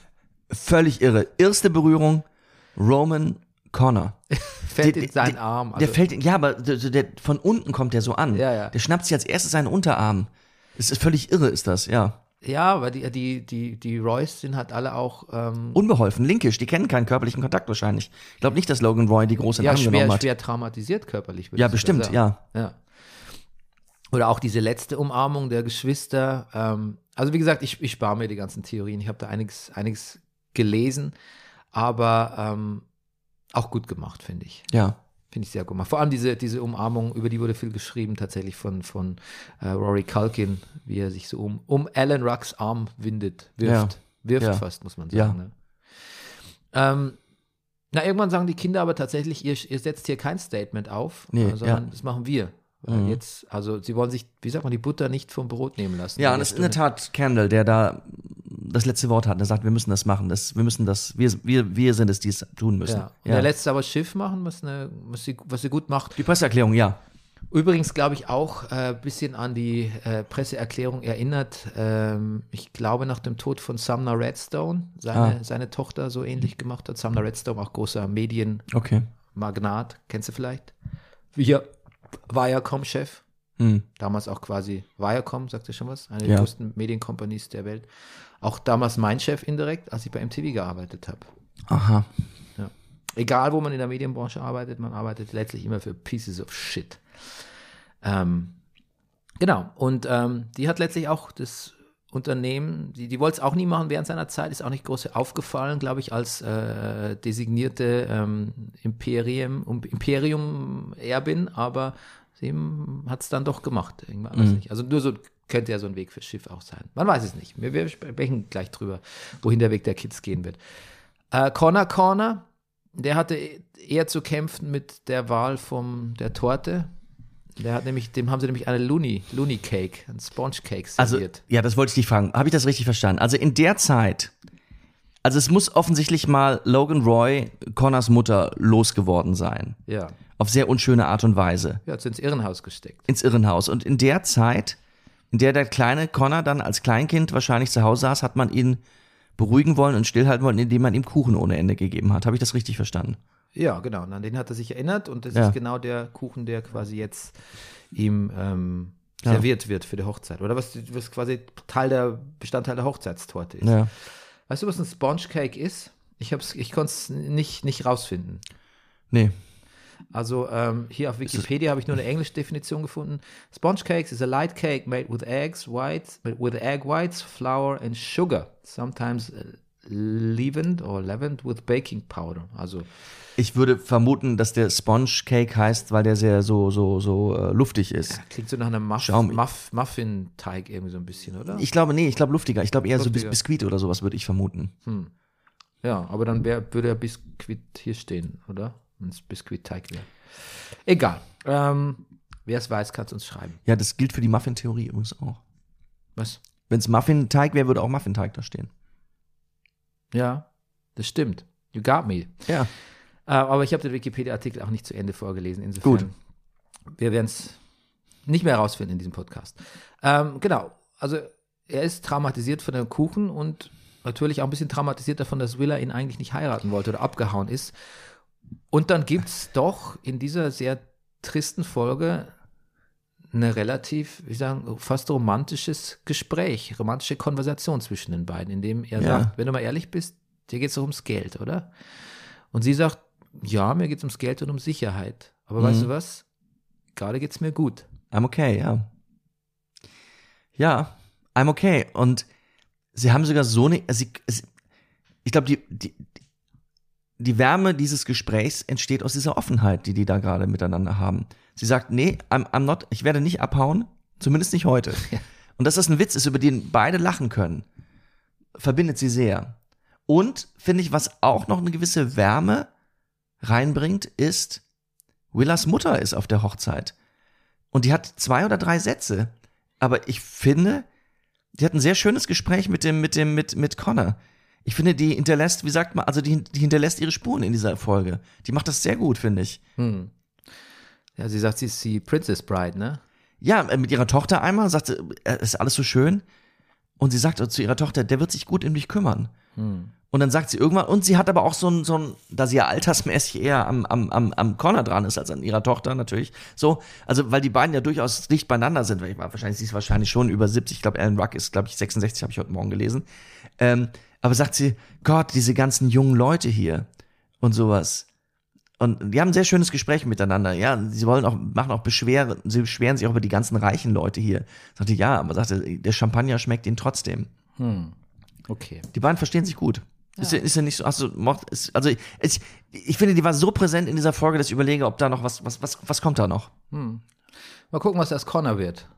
[SPEAKER 2] Völlig irre. Erste Berührung, Roman Connor.
[SPEAKER 1] Fällt
[SPEAKER 2] Die-
[SPEAKER 1] in seinen
[SPEAKER 2] die-
[SPEAKER 1] Arm.
[SPEAKER 2] der fällt, ja, aber der, der, der- von unten kommt der so an.
[SPEAKER 1] Also Ja, ja.
[SPEAKER 2] Der schnappt sich als erstes seinen Unterarm. Es ist völlig irre, ist das, ja.
[SPEAKER 1] ja, aber die, die, die, die Royce sind halt alle auch ähm,
[SPEAKER 2] Unbeholfen, linkisch, die kennen keinen körperlichen Kontakt wahrscheinlich. Ich glaube nicht, dass Logan Roy die große
[SPEAKER 1] ja,
[SPEAKER 2] Arm genommen
[SPEAKER 1] schwer, Also
[SPEAKER 2] hat.
[SPEAKER 1] schwer traumatisiert körperlich. würde
[SPEAKER 2] Ja,
[SPEAKER 1] ich
[SPEAKER 2] bestimmt,
[SPEAKER 1] sagen.
[SPEAKER 2] ja.
[SPEAKER 1] ja. Oder auch diese letzte Umarmung der Geschwister. Ähm, also wie gesagt, ich, ich spare mir die ganzen Theorien. Ich habe da einiges, einiges gelesen, aber ähm, auch gut gemacht, finde ich.
[SPEAKER 2] Ja.
[SPEAKER 1] Finde ich sehr gut gemacht. Vor allem diese, diese Umarmung, über die wurde viel geschrieben, tatsächlich von, von äh, Rory Culkin, wie er sich so um, um Alan Rucks Arm windet, wirft. Wirft
[SPEAKER 2] Ja.
[SPEAKER 1] fast, muss man sagen.
[SPEAKER 2] Ja.
[SPEAKER 1] Ne? Ähm, na, irgendwann sagen die Kinder aber tatsächlich, ihr, ihr setzt hier kein Statement auf,
[SPEAKER 2] Nee,
[SPEAKER 1] äh, sondern
[SPEAKER 2] ja. Mhm.
[SPEAKER 1] das machen wir. Weil Jetzt, also sie wollen sich, wie sagt man, die Butter nicht vom Brot nehmen lassen.
[SPEAKER 2] Ja,
[SPEAKER 1] Die
[SPEAKER 2] und es ist in
[SPEAKER 1] Stunde.
[SPEAKER 2] der Tat Kendall, der da das letzte Wort hat. Der sagt, wir müssen das machen. Das, wir müssen das, wir, wir, wir sind es, die es tun müssen.
[SPEAKER 1] Ja. Und der lässt aber Schiff machen, was, eine, was, sie, was sie gut macht.
[SPEAKER 2] die Presseerklärung, ja.
[SPEAKER 1] Übrigens glaube ich auch ein äh, bisschen an die äh, Presseerklärung erinnert. Ähm, ich glaube, nach dem Tod von Sumner Redstone, seine, seine Tochter so ähnlich gemacht hat. Sumner Redstone, auch großer Medienmagnat,
[SPEAKER 2] Okay.
[SPEAKER 1] kennst du vielleicht? Ja, Viacom-Chef,
[SPEAKER 2] Hm.
[SPEAKER 1] damals auch quasi Viacom, sagt ihr schon was? Eine
[SPEAKER 2] Ja.
[SPEAKER 1] der größten Medienkompanies der Welt. Auch damals mein Chef indirekt, als ich bei MTV gearbeitet habe.
[SPEAKER 2] Aha.
[SPEAKER 1] Ja. Egal, wo man in der Medienbranche arbeitet, man arbeitet letztlich immer für Pieces of Shit. Ähm, genau, und ähm, die hat letztlich auch das Unternehmen, die, die wollte es auch nie machen während seiner Zeit, ist auch nicht groß aufgefallen, glaube ich, als äh, designierte ähm, Imperium, um, Imperium-Erbin, aber sie hat es dann doch gemacht. Irgendwann weiß nicht. Also nur so könnte ja so ein Weg fürs Schiff auch sein. Man weiß es nicht. Wir, wir sprechen gleich drüber, wohin der Weg der Kids gehen wird. Äh, Connor Corner, der hatte eher zu kämpfen mit der Wahl vom, der Torte. Der hat nämlich, dem haben sie nämlich eine Looney, Looney Cake, ein Sponge Cake
[SPEAKER 2] Also,
[SPEAKER 1] serviert.
[SPEAKER 2] ja, das wollte ich dich fragen. Habe ich das richtig verstanden? Also in der Zeit, also es muss offensichtlich mal Logan Roy, Connors Mutter, losgeworden sein.
[SPEAKER 1] ja.
[SPEAKER 2] Auf sehr unschöne Art und Weise.
[SPEAKER 1] Ja, hat sie ins Irrenhaus gesteckt.
[SPEAKER 2] ins Irrenhaus. Und in der Zeit, in der der kleine Connor dann als Kleinkind wahrscheinlich zu Hause saß, hat man ihn beruhigen wollen und stillhalten wollen, indem man ihm Kuchen ohne Ende gegeben hat. Habe ich das richtig verstanden?
[SPEAKER 1] Ja, genau. Und an den hat er sich erinnert und das
[SPEAKER 2] Ja.
[SPEAKER 1] ist genau der Kuchen, der quasi jetzt ihm ähm,
[SPEAKER 2] Ja.
[SPEAKER 1] serviert wird für die Hochzeit. Oder was, was quasi Teil der Bestandteil der Hochzeitstorte ist. Weißt du, was ein Sponge Cake ist? Ich, hab's- ich konnte es nicht, nicht rausfinden.
[SPEAKER 2] Nee.
[SPEAKER 1] Also ähm, hier auf Wikipedia habe ich nur eine englische Definition gefunden. Sponge cakes is a light cake made with eggs, whites, with egg whites, flour and sugar. Sometimes äh, leavened or leavened with baking powder. Also
[SPEAKER 2] Ich würde vermuten, dass der Sponge Cake heißt, weil der sehr so, so, so äh, luftig ist.
[SPEAKER 1] klingt so nach einem Muff,
[SPEAKER 2] Schaum.
[SPEAKER 1] Muff, Muffin-Teig irgendwie so ein bisschen, oder?
[SPEAKER 2] Ich glaube, nee, ich glaube luftiger. Ich glaube eher so
[SPEAKER 1] Luftiger.
[SPEAKER 2] Bis Biskuit oder sowas würde ich vermuten.
[SPEAKER 1] Hm. ja, aber dann wär, würde ja Biskuit hier stehen, oder? Wenn es Biskuitteig wäre. Egal. Ähm, Wer es weiß, kann es uns schreiben.
[SPEAKER 2] Ja, das gilt für die Muffin-Theorie übrigens auch.
[SPEAKER 1] Was?
[SPEAKER 2] Wenn es Muffin-Teig wäre, würde auch Muffin-Teig da stehen.
[SPEAKER 1] Ja, das stimmt. You got me.
[SPEAKER 2] Ja.
[SPEAKER 1] Äh, aber ich habe den Wikipedia-Artikel auch nicht zu Ende vorgelesen. Insofern,
[SPEAKER 2] Gut.
[SPEAKER 1] wir werden es nicht mehr herausfinden in diesem Podcast. Ähm, genau. Also, er ist traumatisiert von dem Kuchen und natürlich auch ein bisschen traumatisiert davon, dass Willa ihn eigentlich nicht heiraten wollte oder abgehauen ist. Und dann gibt es doch in dieser sehr tristen Folge eine relativ, wie sagen, fast romantisches Gespräch, romantische Konversation zwischen den beiden, in dem er
[SPEAKER 2] Ja.
[SPEAKER 1] sagt, wenn du mal ehrlich bist, dir geht es doch ums Geld, oder? Und sie sagt, ja, mir geht es ums Geld und um Sicherheit. Aber
[SPEAKER 2] Mhm.
[SPEAKER 1] weißt du was? Gerade geht es mir gut.
[SPEAKER 2] I'm okay, ja. Ja, I'm okay. Und sie haben sogar so eine, also sie, sie, ich glaube, die, die, die Wärme dieses Gesprächs entsteht aus dieser Offenheit, die die da gerade miteinander haben. Sie sagt, nee, I'm, I'm not, ich werde nicht abhauen, zumindest nicht heute. Und dass das ein Witz ist, über den beide lachen können, verbindet sie sehr. Und finde ich, was auch noch eine gewisse Wärme reinbringt, ist, Willas Mutter ist auf der Hochzeit. Und die hat zwei oder drei Sätze. Aber ich finde, die hat ein sehr schönes Gespräch mit dem, mit dem, mit, mit Connor. Ich finde, die hinterlässt, wie sagt man, also die, die hinterlässt ihre Spuren in dieser Folge. Die macht das sehr gut, finde ich.
[SPEAKER 1] Hm. Ja, sie sagt, sie ist die Princess Bride, ne?
[SPEAKER 2] Ja, äh, mit ihrer Tochter einmal, sagt, sie, äh, ist alles so schön. Und sie sagt zu ihrer Tochter, der wird sich gut um dich kümmern.
[SPEAKER 1] Hm.
[SPEAKER 2] Und dann sagt sie irgendwann, und sie hat aber auch so ein, so ein da sie ja altersmäßig eher am, am, am, am Connor dran ist als an ihrer Tochter natürlich, so, also weil die beiden ja durchaus dicht beieinander sind, weil ich war wahrscheinlich, sie ist wahrscheinlich schon über 70, ich glaube, Alan Ruck ist, glaube ich, 66, habe ich heute Morgen gelesen. Ähm, aber sagt sie, Gott, diese ganzen jungen Leute hier und sowas. Und die haben ein sehr schönes Gespräch miteinander. Ja, sie wollen auch, machen auch Beschwere, sie beschweren sich auch über die ganzen reichen Leute hier. Sagte, ja, aber sagte, der Champagner schmeckt ihnen trotzdem.
[SPEAKER 1] Okay.
[SPEAKER 2] Die beiden verstehen sich gut. Ist, ja- ist ja nicht so, hast du, mocht- ist, also ich, ich finde, die war so präsent in dieser Folge, dass ich überlege, ob da noch was, was, was, was kommt da noch?
[SPEAKER 1] Mal gucken, was das Connor wird.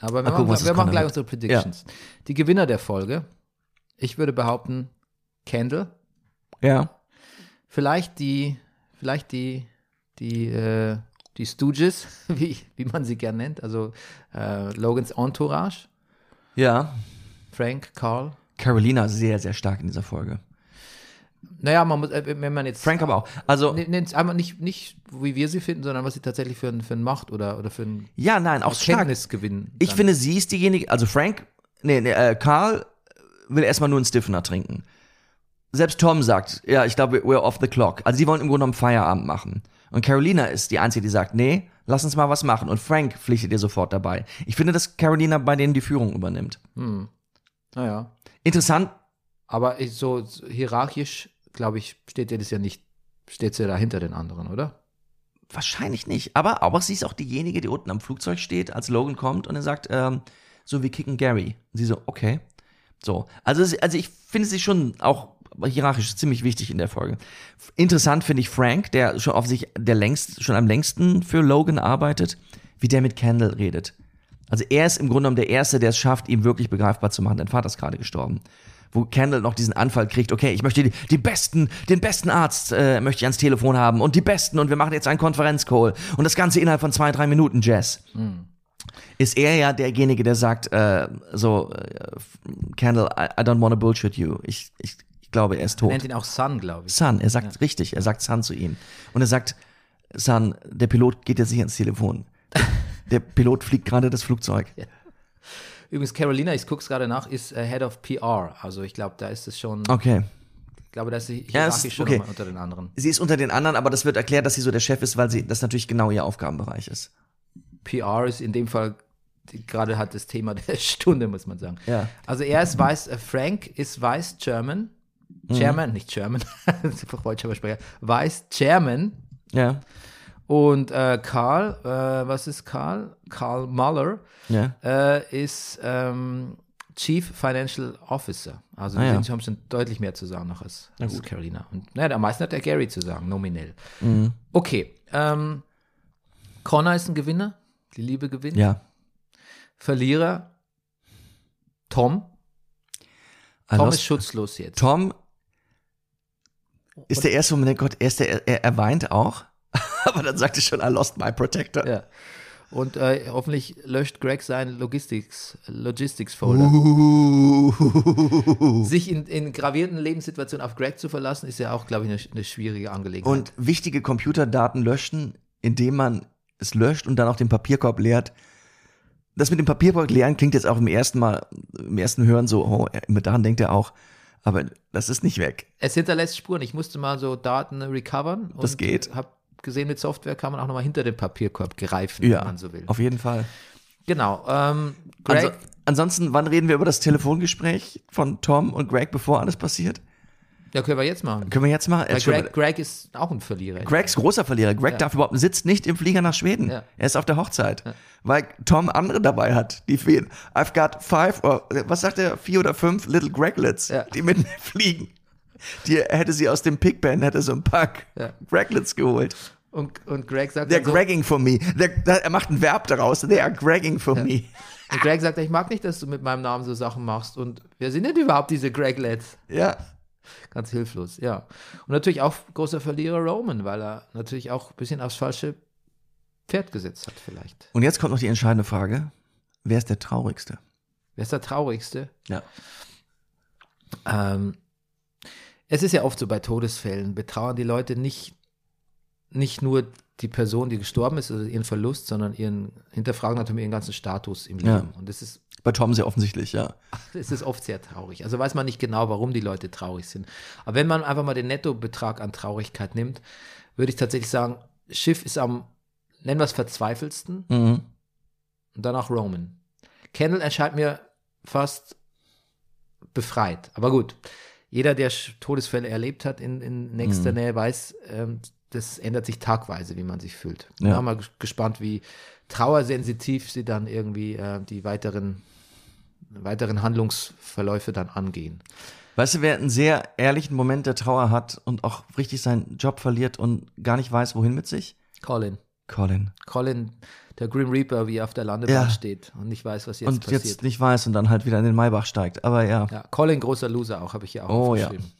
[SPEAKER 1] Aber wir,
[SPEAKER 2] Mal
[SPEAKER 1] machen,
[SPEAKER 2] gucken, was das
[SPEAKER 1] wir machen
[SPEAKER 2] Connor
[SPEAKER 1] gleich
[SPEAKER 2] wird.
[SPEAKER 1] unsere Predictions. Die Gewinner der Folge, ich würde behaupten, Kendall,
[SPEAKER 2] Ja.
[SPEAKER 1] vielleicht die, vielleicht die, die, äh, die Stooges, wie, wie man sie gern nennt, also äh, Logans Entourage,
[SPEAKER 2] Ja.
[SPEAKER 1] Frank, Carl.
[SPEAKER 2] Carolina sehr, sehr stark in dieser Folge.
[SPEAKER 1] Naja, man muss, äh, wenn man jetzt
[SPEAKER 2] Frank aber auch. Also,
[SPEAKER 1] nennt einfach nicht, nicht, wie wir sie finden, sondern was sie tatsächlich für einen für ein Macht oder, oder für einen
[SPEAKER 2] ja, nein, auch stark.
[SPEAKER 1] Kenntnisgewinn.
[SPEAKER 2] Ich
[SPEAKER 1] dann-
[SPEAKER 2] finde, sie ist diejenige, also Frank, nee, nee äh, Karl will erstmal nur einen Stiffener trinken. Selbst Tom sagt, ja, ich glaube, we're off the clock. Also die wollen im Grunde genommen Feierabend machen. Und Carolina ist die Einzige, die sagt, nee, lass uns mal was machen. Und Frank pflichtet ihr sofort dabei. Ich finde, dass Carolina bei denen die Führung übernimmt.
[SPEAKER 1] Hm. Naja.
[SPEAKER 2] Interessant,
[SPEAKER 1] Aber ich- so so hierarchisch, glaube ich, steht ihr das ja nicht, steht sie ja da hinter den anderen, oder?
[SPEAKER 2] wahrscheinlich nicht. Aber, aber sie ist auch diejenige, die unten am Flugzeug steht, als Logan kommt und er sagt, ähm, so, wir kicken Gary. Und sie so, okay. So. Also, sie- also ich finde sie schon auch hierarchisch ziemlich wichtig in der Folge. F- Interessant finde ich Frank, der schon auf sich, der längst, schon am längsten für Logan arbeitet, wie der mit Kendall redet. Also er ist im Grunde genommen der Erste, der es schafft, ihm wirklich begreifbar zu machen. Dein Vater ist gerade gestorben. Wo Kendall noch diesen Anfall kriegt, okay, ich möchte die, die besten, den besten Arzt äh, möchte ich ans Telefon haben und die besten und wir machen jetzt einen Konferenzcall und das Ganze innerhalb von zwei, drei Minuten, Jazz ist er ja derjenige, der sagt, äh, so, äh, Candle, I, I don't wanna bullshit you. Ich, ich, ich glaube, er ist
[SPEAKER 1] Nennt
[SPEAKER 2] tot.
[SPEAKER 1] ihn auch Sun, glaube ich.
[SPEAKER 2] Sun, er sagt richtig, er sagt Sun zu ihm. Und er sagt, Sun, der Pilot geht jetzt nicht ans Telefon. Der Pilot fliegt gerade das Flugzeug.
[SPEAKER 1] Übrigens, Carolina, ich gucke es gerade nach, ist äh, Head of PR. Also ich glaube, da ist es schon,
[SPEAKER 2] Okay.
[SPEAKER 1] ich glaube, da ist sie
[SPEAKER 2] Ah. Ja, es
[SPEAKER 1] hierarchisch
[SPEAKER 2] ist-
[SPEAKER 1] schon
[SPEAKER 2] okay.
[SPEAKER 1] nochmal unter den anderen.
[SPEAKER 2] Sie ist unter den anderen, aber das wird erklärt, dass sie so der Chef ist, weil sie das natürlich genau ihr Aufgabenbereich ist.
[SPEAKER 1] PR ist in dem Fall die- gerade halt das Thema der Stunde, muss man sagen.
[SPEAKER 2] Ja.
[SPEAKER 1] Also er ist weiß, äh, Frank ist weiß German.
[SPEAKER 2] Mhm.
[SPEAKER 1] Chairman, nicht German, deutscher Sprecher, weiß Chairman
[SPEAKER 2] Ja.
[SPEAKER 1] und äh, Karl, äh, was ist Karl? Karl Muller
[SPEAKER 2] Ja.
[SPEAKER 1] äh, ist ähm, Chief Financial Officer. Also
[SPEAKER 2] Ah,
[SPEAKER 1] die
[SPEAKER 2] ja.
[SPEAKER 1] sind- haben schon deutlich mehr zu sagen noch als, als Carolina. Und naja, am meisten hat der Gary zu sagen, nominell.
[SPEAKER 2] Mhm.
[SPEAKER 1] Okay. Ähm, Connor ist ein Gewinner. Die Liebe gewinnt.
[SPEAKER 2] Ja.
[SPEAKER 1] Verlierer Tom.
[SPEAKER 2] I
[SPEAKER 1] Tom
[SPEAKER 2] lost-
[SPEAKER 1] ist schutzlos jetzt.
[SPEAKER 2] Tom ist der erste Moment, Gott, er, ist der, er, er weint auch. Aber dann sagt er schon, I lost my protector.
[SPEAKER 1] Ja. Und äh, hoffentlich löscht Greg seinen Logistics, Logistics-Folder.
[SPEAKER 2] Uh.
[SPEAKER 1] Sich in, in gravierenden Lebenssituationen auf Greg zu verlassen, ist ja auch, glaube ich, eine, eine schwierige Angelegenheit.
[SPEAKER 2] Und wichtige Computerdaten löschen, indem man es löscht und dann auch den Papierkorb leert. Das mit dem Papierkorb leeren klingt jetzt auch im ersten Mal, im ersten Hören so, oh, er- daran denkt er auch. Aber das ist nicht weg.
[SPEAKER 1] es hinterlässt Spuren. Ich musste mal so Daten recovern.
[SPEAKER 2] Das geht.
[SPEAKER 1] Hab gesehen mit Software kann man auch nochmal hinter den Papierkorb greifen,
[SPEAKER 2] Ja,
[SPEAKER 1] wenn man so will.
[SPEAKER 2] auf Also- jeden Fall.
[SPEAKER 1] Genau. Ähm, Greg,
[SPEAKER 2] Anso ansonsten, wann reden wir über das Telefongespräch von Tom und Greg, bevor alles passiert?
[SPEAKER 1] ja, können wir jetzt machen.
[SPEAKER 2] Können wir jetzt mal.
[SPEAKER 1] Weil
[SPEAKER 2] Entschuldigung.
[SPEAKER 1] Greg, Greg ist auch ein Verlierer.
[SPEAKER 2] Gregs großer Verlierer. Greg darf überhaupt sitzt nicht im Flieger nach Schweden.
[SPEAKER 1] Ja.
[SPEAKER 2] Er ist auf der Hochzeit, weil Tom andere dabei hat, die für ihn. I've got five or was sagt er vier oder fünf Little Greglets,
[SPEAKER 1] Ja.
[SPEAKER 2] die mit mir fliegen. Die er hätte sie aus dem Pigpen hätte so ein Pack
[SPEAKER 1] Ja. Also-
[SPEAKER 2] Greglets geholt.
[SPEAKER 1] Und, und Greg sagt
[SPEAKER 2] They're
[SPEAKER 1] dann so,
[SPEAKER 2] gragging for me. They're, er macht ein Verb daraus. They are gragging for me.
[SPEAKER 1] und Greg sagt, ich mag nicht, dass du mit meinem Namen so Sachen machst. Und wer sind denn überhaupt diese Greglets?
[SPEAKER 2] Ja.
[SPEAKER 1] Ganz hilflos, ja. Und natürlich auch großer Verlierer Roman, weil er natürlich auch ein bisschen aufs falsche Pferd gesetzt hat, vielleicht.
[SPEAKER 2] Und jetzt kommt noch die entscheidende Frage: Wer ist der traurigste?
[SPEAKER 1] Wer ist der Traurigste?
[SPEAKER 2] Ja.
[SPEAKER 1] Ähm, es ist ja oft so bei Todesfällen, betrauern die Leute nicht, nicht nur die Person, die gestorben ist, oder ihren Verlust, sondern ihren, hinterfragen natürlich ihren ganzen Status im Leben.
[SPEAKER 2] Ja.
[SPEAKER 1] Und das ist,
[SPEAKER 2] Bei Tom sehr offensichtlich, ja.
[SPEAKER 1] das ist oft sehr traurig. Also weiß man nicht genau, warum die Leute traurig sind. Aber wenn man einfach mal den Nettobetrag an Traurigkeit nimmt, würde ich tatsächlich sagen, Schiff ist am, nennen wir es verzweifelsten
[SPEAKER 2] Mhm.
[SPEAKER 1] und danach Roman. Kendall erscheint mir fast befreit. Aber gut, jeder, der Sch- Todesfälle erlebt hat in, in
[SPEAKER 2] Mhm.
[SPEAKER 1] nächster Nähe, weiß, ähm, das ändert sich tagweise, wie man sich fühlt.
[SPEAKER 2] Ja.
[SPEAKER 1] Ja. Mal ges- gespannt, wie trauersensitiv sie dann irgendwie äh, die weiteren, weiteren Handlungsverläufe dann angehen.
[SPEAKER 2] Weißt du, wer einen sehr ehrlichen Moment der Trauer hat und auch richtig seinen Job verliert und gar nicht weiß, wohin mit sich?
[SPEAKER 1] Colin.
[SPEAKER 2] Colin.
[SPEAKER 1] Colin, der Grim Reaper, wie er auf der Landebahn
[SPEAKER 2] Ja.
[SPEAKER 1] steht und nicht weiß, was jetzt
[SPEAKER 2] und
[SPEAKER 1] passiert.
[SPEAKER 2] jetzt nicht weiß und dann halt wieder in den Maybach steigt. Aber ja.
[SPEAKER 1] Ja, Colin, großer Loser auch, habe ich hier auch
[SPEAKER 2] Oh,
[SPEAKER 1] aufgeschrieben.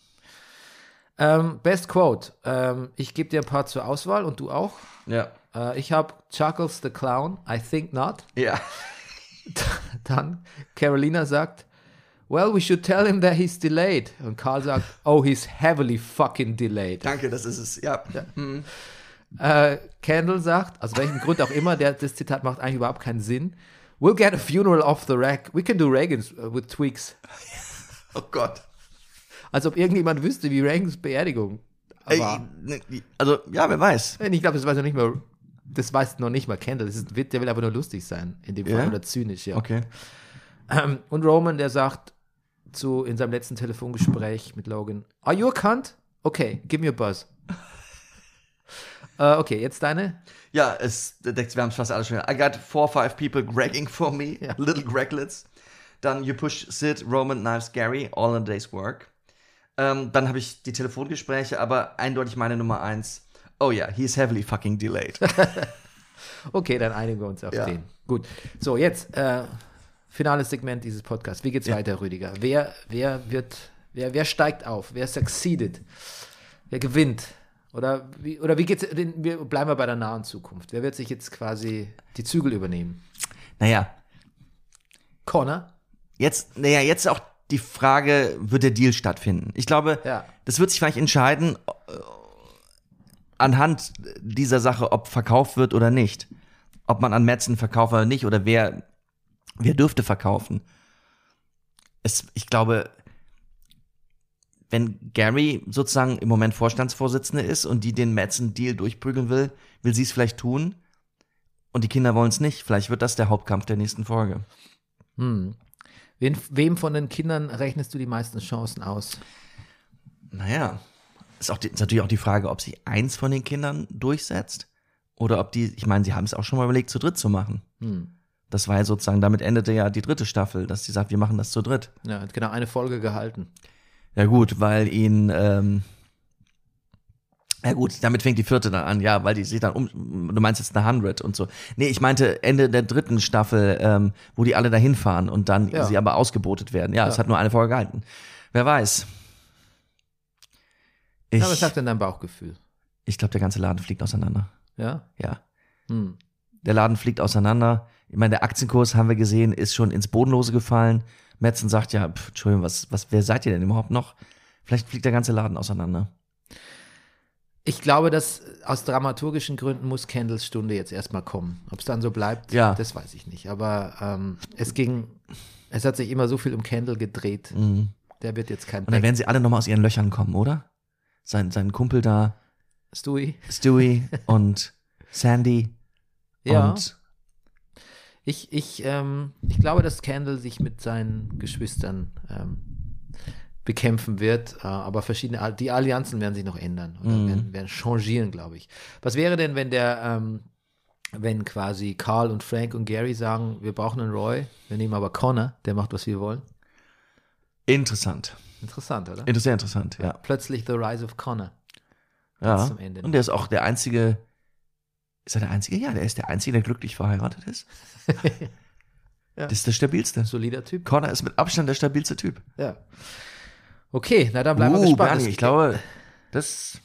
[SPEAKER 1] Ähm, Best Quote. Ähm, ich gebe dir ein paar zur Auswahl und du auch.
[SPEAKER 2] Ja.
[SPEAKER 1] Äh, ich habe Chuckles the Clown, I think not.
[SPEAKER 2] Ja.
[SPEAKER 1] Dann Carolina sagt, well, we should tell him that he's delayed. Und Carl sagt, oh, he's heavily fucking delayed.
[SPEAKER 2] Danke, das ist es. Ja. Hm.
[SPEAKER 1] Äh, Kendall sagt, aus welchem Grund auch immer, der, das Zitat macht eigentlich überhaupt keinen Sinn. We'll get a funeral off the rack. We can do Reagan's uh, with tweaks.
[SPEAKER 2] Oh Gott.
[SPEAKER 1] Als ob irgendjemand wüsste, wie Reagans Beerdigung
[SPEAKER 2] Ey,
[SPEAKER 1] war.
[SPEAKER 2] ne, also, ja, wer weiß.
[SPEAKER 1] Nein, ich glaube, das weiß noch nicht mal. Das weiß noch nicht mal Kendall. Das ist ein Witz, der will aber nur lustig sein in dem Fall
[SPEAKER 2] Ja?
[SPEAKER 1] oder zynisch, ja.
[SPEAKER 2] Okay.
[SPEAKER 1] Ähm, und Roman, der sagt zu in seinem letzten Telefongespräch mit Logan: Are you a cunt? Okay, give me a buzz. äh, okay, jetzt deine.
[SPEAKER 2] Ja, es, wir haben es fast alles schon. I got four, five people gragging for me.
[SPEAKER 1] Ja.
[SPEAKER 2] Little Greglets. Dann You Push Sid, Roman, Knives, Gary, All in a Day's Work. Ähm, dann habe ich die Telefongespräche, aber eindeutig meine Nummer eins. Oh ja, he is heavily fucking delayed.
[SPEAKER 1] Okay, dann einigen wir uns auf
[SPEAKER 2] Ja.
[SPEAKER 1] den. Gut. So, jetzt äh, finales Segment dieses Podcasts. Wie geht's weiter, Rüdiger? Wer, wer wird, wer, wer steigt auf? Wer succeeded? Wer gewinnt? Oder wie, oder wie geht's? Den, wir bleiben wir bei der nahen Zukunft. Wer wird sich jetzt quasi die Zügel übernehmen?
[SPEAKER 2] naja,
[SPEAKER 1] Connor?
[SPEAKER 2] jetzt, naja, jetzt auch die Frage, wird der Deal stattfinden? Ich glaube,
[SPEAKER 1] Ja.
[SPEAKER 2] das wird sich vielleicht entscheiden äh, anhand dieser Sache, ob verkauft wird oder nicht. Ob man an Metzen verkauft oder nicht oder wer, wer dürfte verkaufen. Es, ich glaube, wenn Gary sozusagen im Moment Vorstandsvorsitzende ist und die den Metzen-Deal durchprügeln will, will sie es vielleicht tun und die Kinder wollen es nicht. Vielleicht wird das der Hauptkampf der nächsten Folge.
[SPEAKER 1] Hm. Wen, wem von den Kindern rechnest du die meisten Chancen aus?
[SPEAKER 2] Naja, ist, auch die, ist natürlich auch die Frage, ob sich eins von den Kindern durchsetzt oder ob die, ich meine, sie haben es auch schon mal überlegt, zu dritt zu machen.
[SPEAKER 1] Hm.
[SPEAKER 2] Das war ja sozusagen, damit endete ja die dritte Staffel, dass sie sagt, wir machen das zu dritt.
[SPEAKER 1] Ja, hat genau eine Folge gehalten.
[SPEAKER 2] Ja gut, weil ihn, ähm, ja gut, damit fängt die vierte dann an, ja, weil die sich dann um, du meinst jetzt eine 100 und so. Nee, ich meinte Ende der dritten Staffel, ähm, wo die alle dahin fahren und dann
[SPEAKER 1] Ja.
[SPEAKER 2] sie aber ausgebotet werden. Ja, es
[SPEAKER 1] Ja.
[SPEAKER 2] hat nur eine Folge gehalten. Wer weiß. Ich,
[SPEAKER 1] Ja, was sagt denn dein Bauchgefühl?
[SPEAKER 2] ich glaube, der ganze Laden fliegt auseinander.
[SPEAKER 1] Ja?
[SPEAKER 2] Ja.
[SPEAKER 1] Hm.
[SPEAKER 2] Der Laden fliegt auseinander. Ich meine, der Aktienkurs, haben wir gesehen, ist schon ins Bodenlose gefallen. Metzen sagt ja, pf, Entschuldigung, was, was, wer seid ihr denn überhaupt noch? Vielleicht fliegt der ganze Laden auseinander.
[SPEAKER 1] Ich glaube, dass aus dramaturgischen Gründen muss Kendalls Stunde jetzt erstmal kommen. Ob es dann so bleibt,
[SPEAKER 2] Ja.
[SPEAKER 1] das weiß ich nicht. Aber ähm, es ging, es hat sich immer so viel um Kendall gedreht.
[SPEAKER 2] Mhm.
[SPEAKER 1] Der wird jetzt kein
[SPEAKER 2] Und dann
[SPEAKER 1] Back-
[SPEAKER 2] werden sie alle nochmal aus ihren Löchern kommen, oder? Sein, sein Kumpel da,
[SPEAKER 1] Stewie.
[SPEAKER 2] Stewie und Sandy
[SPEAKER 1] Ja.
[SPEAKER 2] und
[SPEAKER 1] Ich, ich, ähm, ich glaube, dass Candle sich mit seinen Geschwistern ähm, bekämpfen wird, äh, aber verschiedene, Al- die Allianzen werden sich noch ändern oder
[SPEAKER 2] Mhm.
[SPEAKER 1] werden, werden changieren, glaube ich. Was wäre denn, wenn der, ähm, wenn quasi Carl und Frank und Gary sagen, wir brauchen einen Roy, wir nehmen aber Connor, der macht, was wir wollen?
[SPEAKER 2] interessant.
[SPEAKER 1] Interessant, oder?
[SPEAKER 2] Inter- Sehr interessant, ja.
[SPEAKER 1] Plötzlich The Rise of Connor.
[SPEAKER 2] ja.
[SPEAKER 1] zum Ende.
[SPEAKER 2] Und der ist auch der einzige, ist er der einzige? Ja, der ist der einzige, der glücklich verheiratet ist.
[SPEAKER 1] Ja.
[SPEAKER 2] Das ist der stabilste.
[SPEAKER 1] Solider Typ.
[SPEAKER 2] Connor ist mit Abstand der stabilste Typ.
[SPEAKER 1] Ja. Okay, na dann bleiben wir gespannt.
[SPEAKER 2] Uh, Bernie,
[SPEAKER 1] Es-
[SPEAKER 2] ich glaube, das,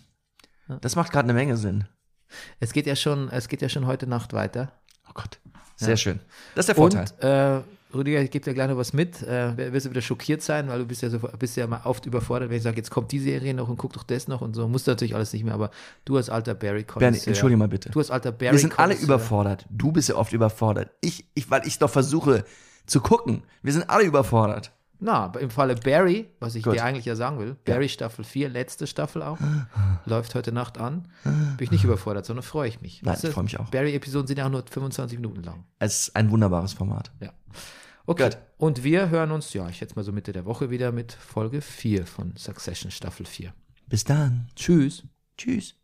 [SPEAKER 2] das macht gerade eine Menge Sinn.
[SPEAKER 1] Es geht ja schon, es geht ja schon heute Nacht weiter.
[SPEAKER 2] Oh Gott. Sehr schön. Das ist der Vorteil.
[SPEAKER 1] Und äh, Rüdiger, ich gebe dir gleich noch was mit. Äh, wer- wirst du wieder schockiert sein, weil du bist ja, so, bist ja mal oft überfordert, wenn ich sage, jetzt kommt die Serie noch und guck doch das noch und so. Musst du natürlich alles nicht mehr, aber du als alter barry äh,
[SPEAKER 2] Bernie, entschuldige mal bitte.
[SPEAKER 1] Du als alter barry äh,
[SPEAKER 2] Wir sind alle überfordert. Du bist ja oft überfordert. Ich, ich weil ich doch versuche zu gucken. Wir sind alle überfordert.
[SPEAKER 1] Na, aber im Falle Barry, was ich
[SPEAKER 2] Gut.
[SPEAKER 1] dir eigentlich ja sagen will, Barry Staffel 4, letzte Staffel auch, läuft heute Nacht an. Bin ich nicht überfordert, sondern freue ich mich.
[SPEAKER 2] Nein,
[SPEAKER 1] Weißt
[SPEAKER 2] ich
[SPEAKER 1] du,
[SPEAKER 2] freu mich auch.
[SPEAKER 1] Barry-Episoden sind ja auch nur 25 Minuten lang.
[SPEAKER 2] Es ist ein wunderbares Format.
[SPEAKER 1] Ja. Okay.
[SPEAKER 2] Gut.
[SPEAKER 1] Und wir hören uns, ja, ich jetzt mal so Mitte der Woche wieder mit Folge 4 von Succession Staffel 4.
[SPEAKER 2] Bis dann.
[SPEAKER 1] Tschüss.
[SPEAKER 2] Tschüss.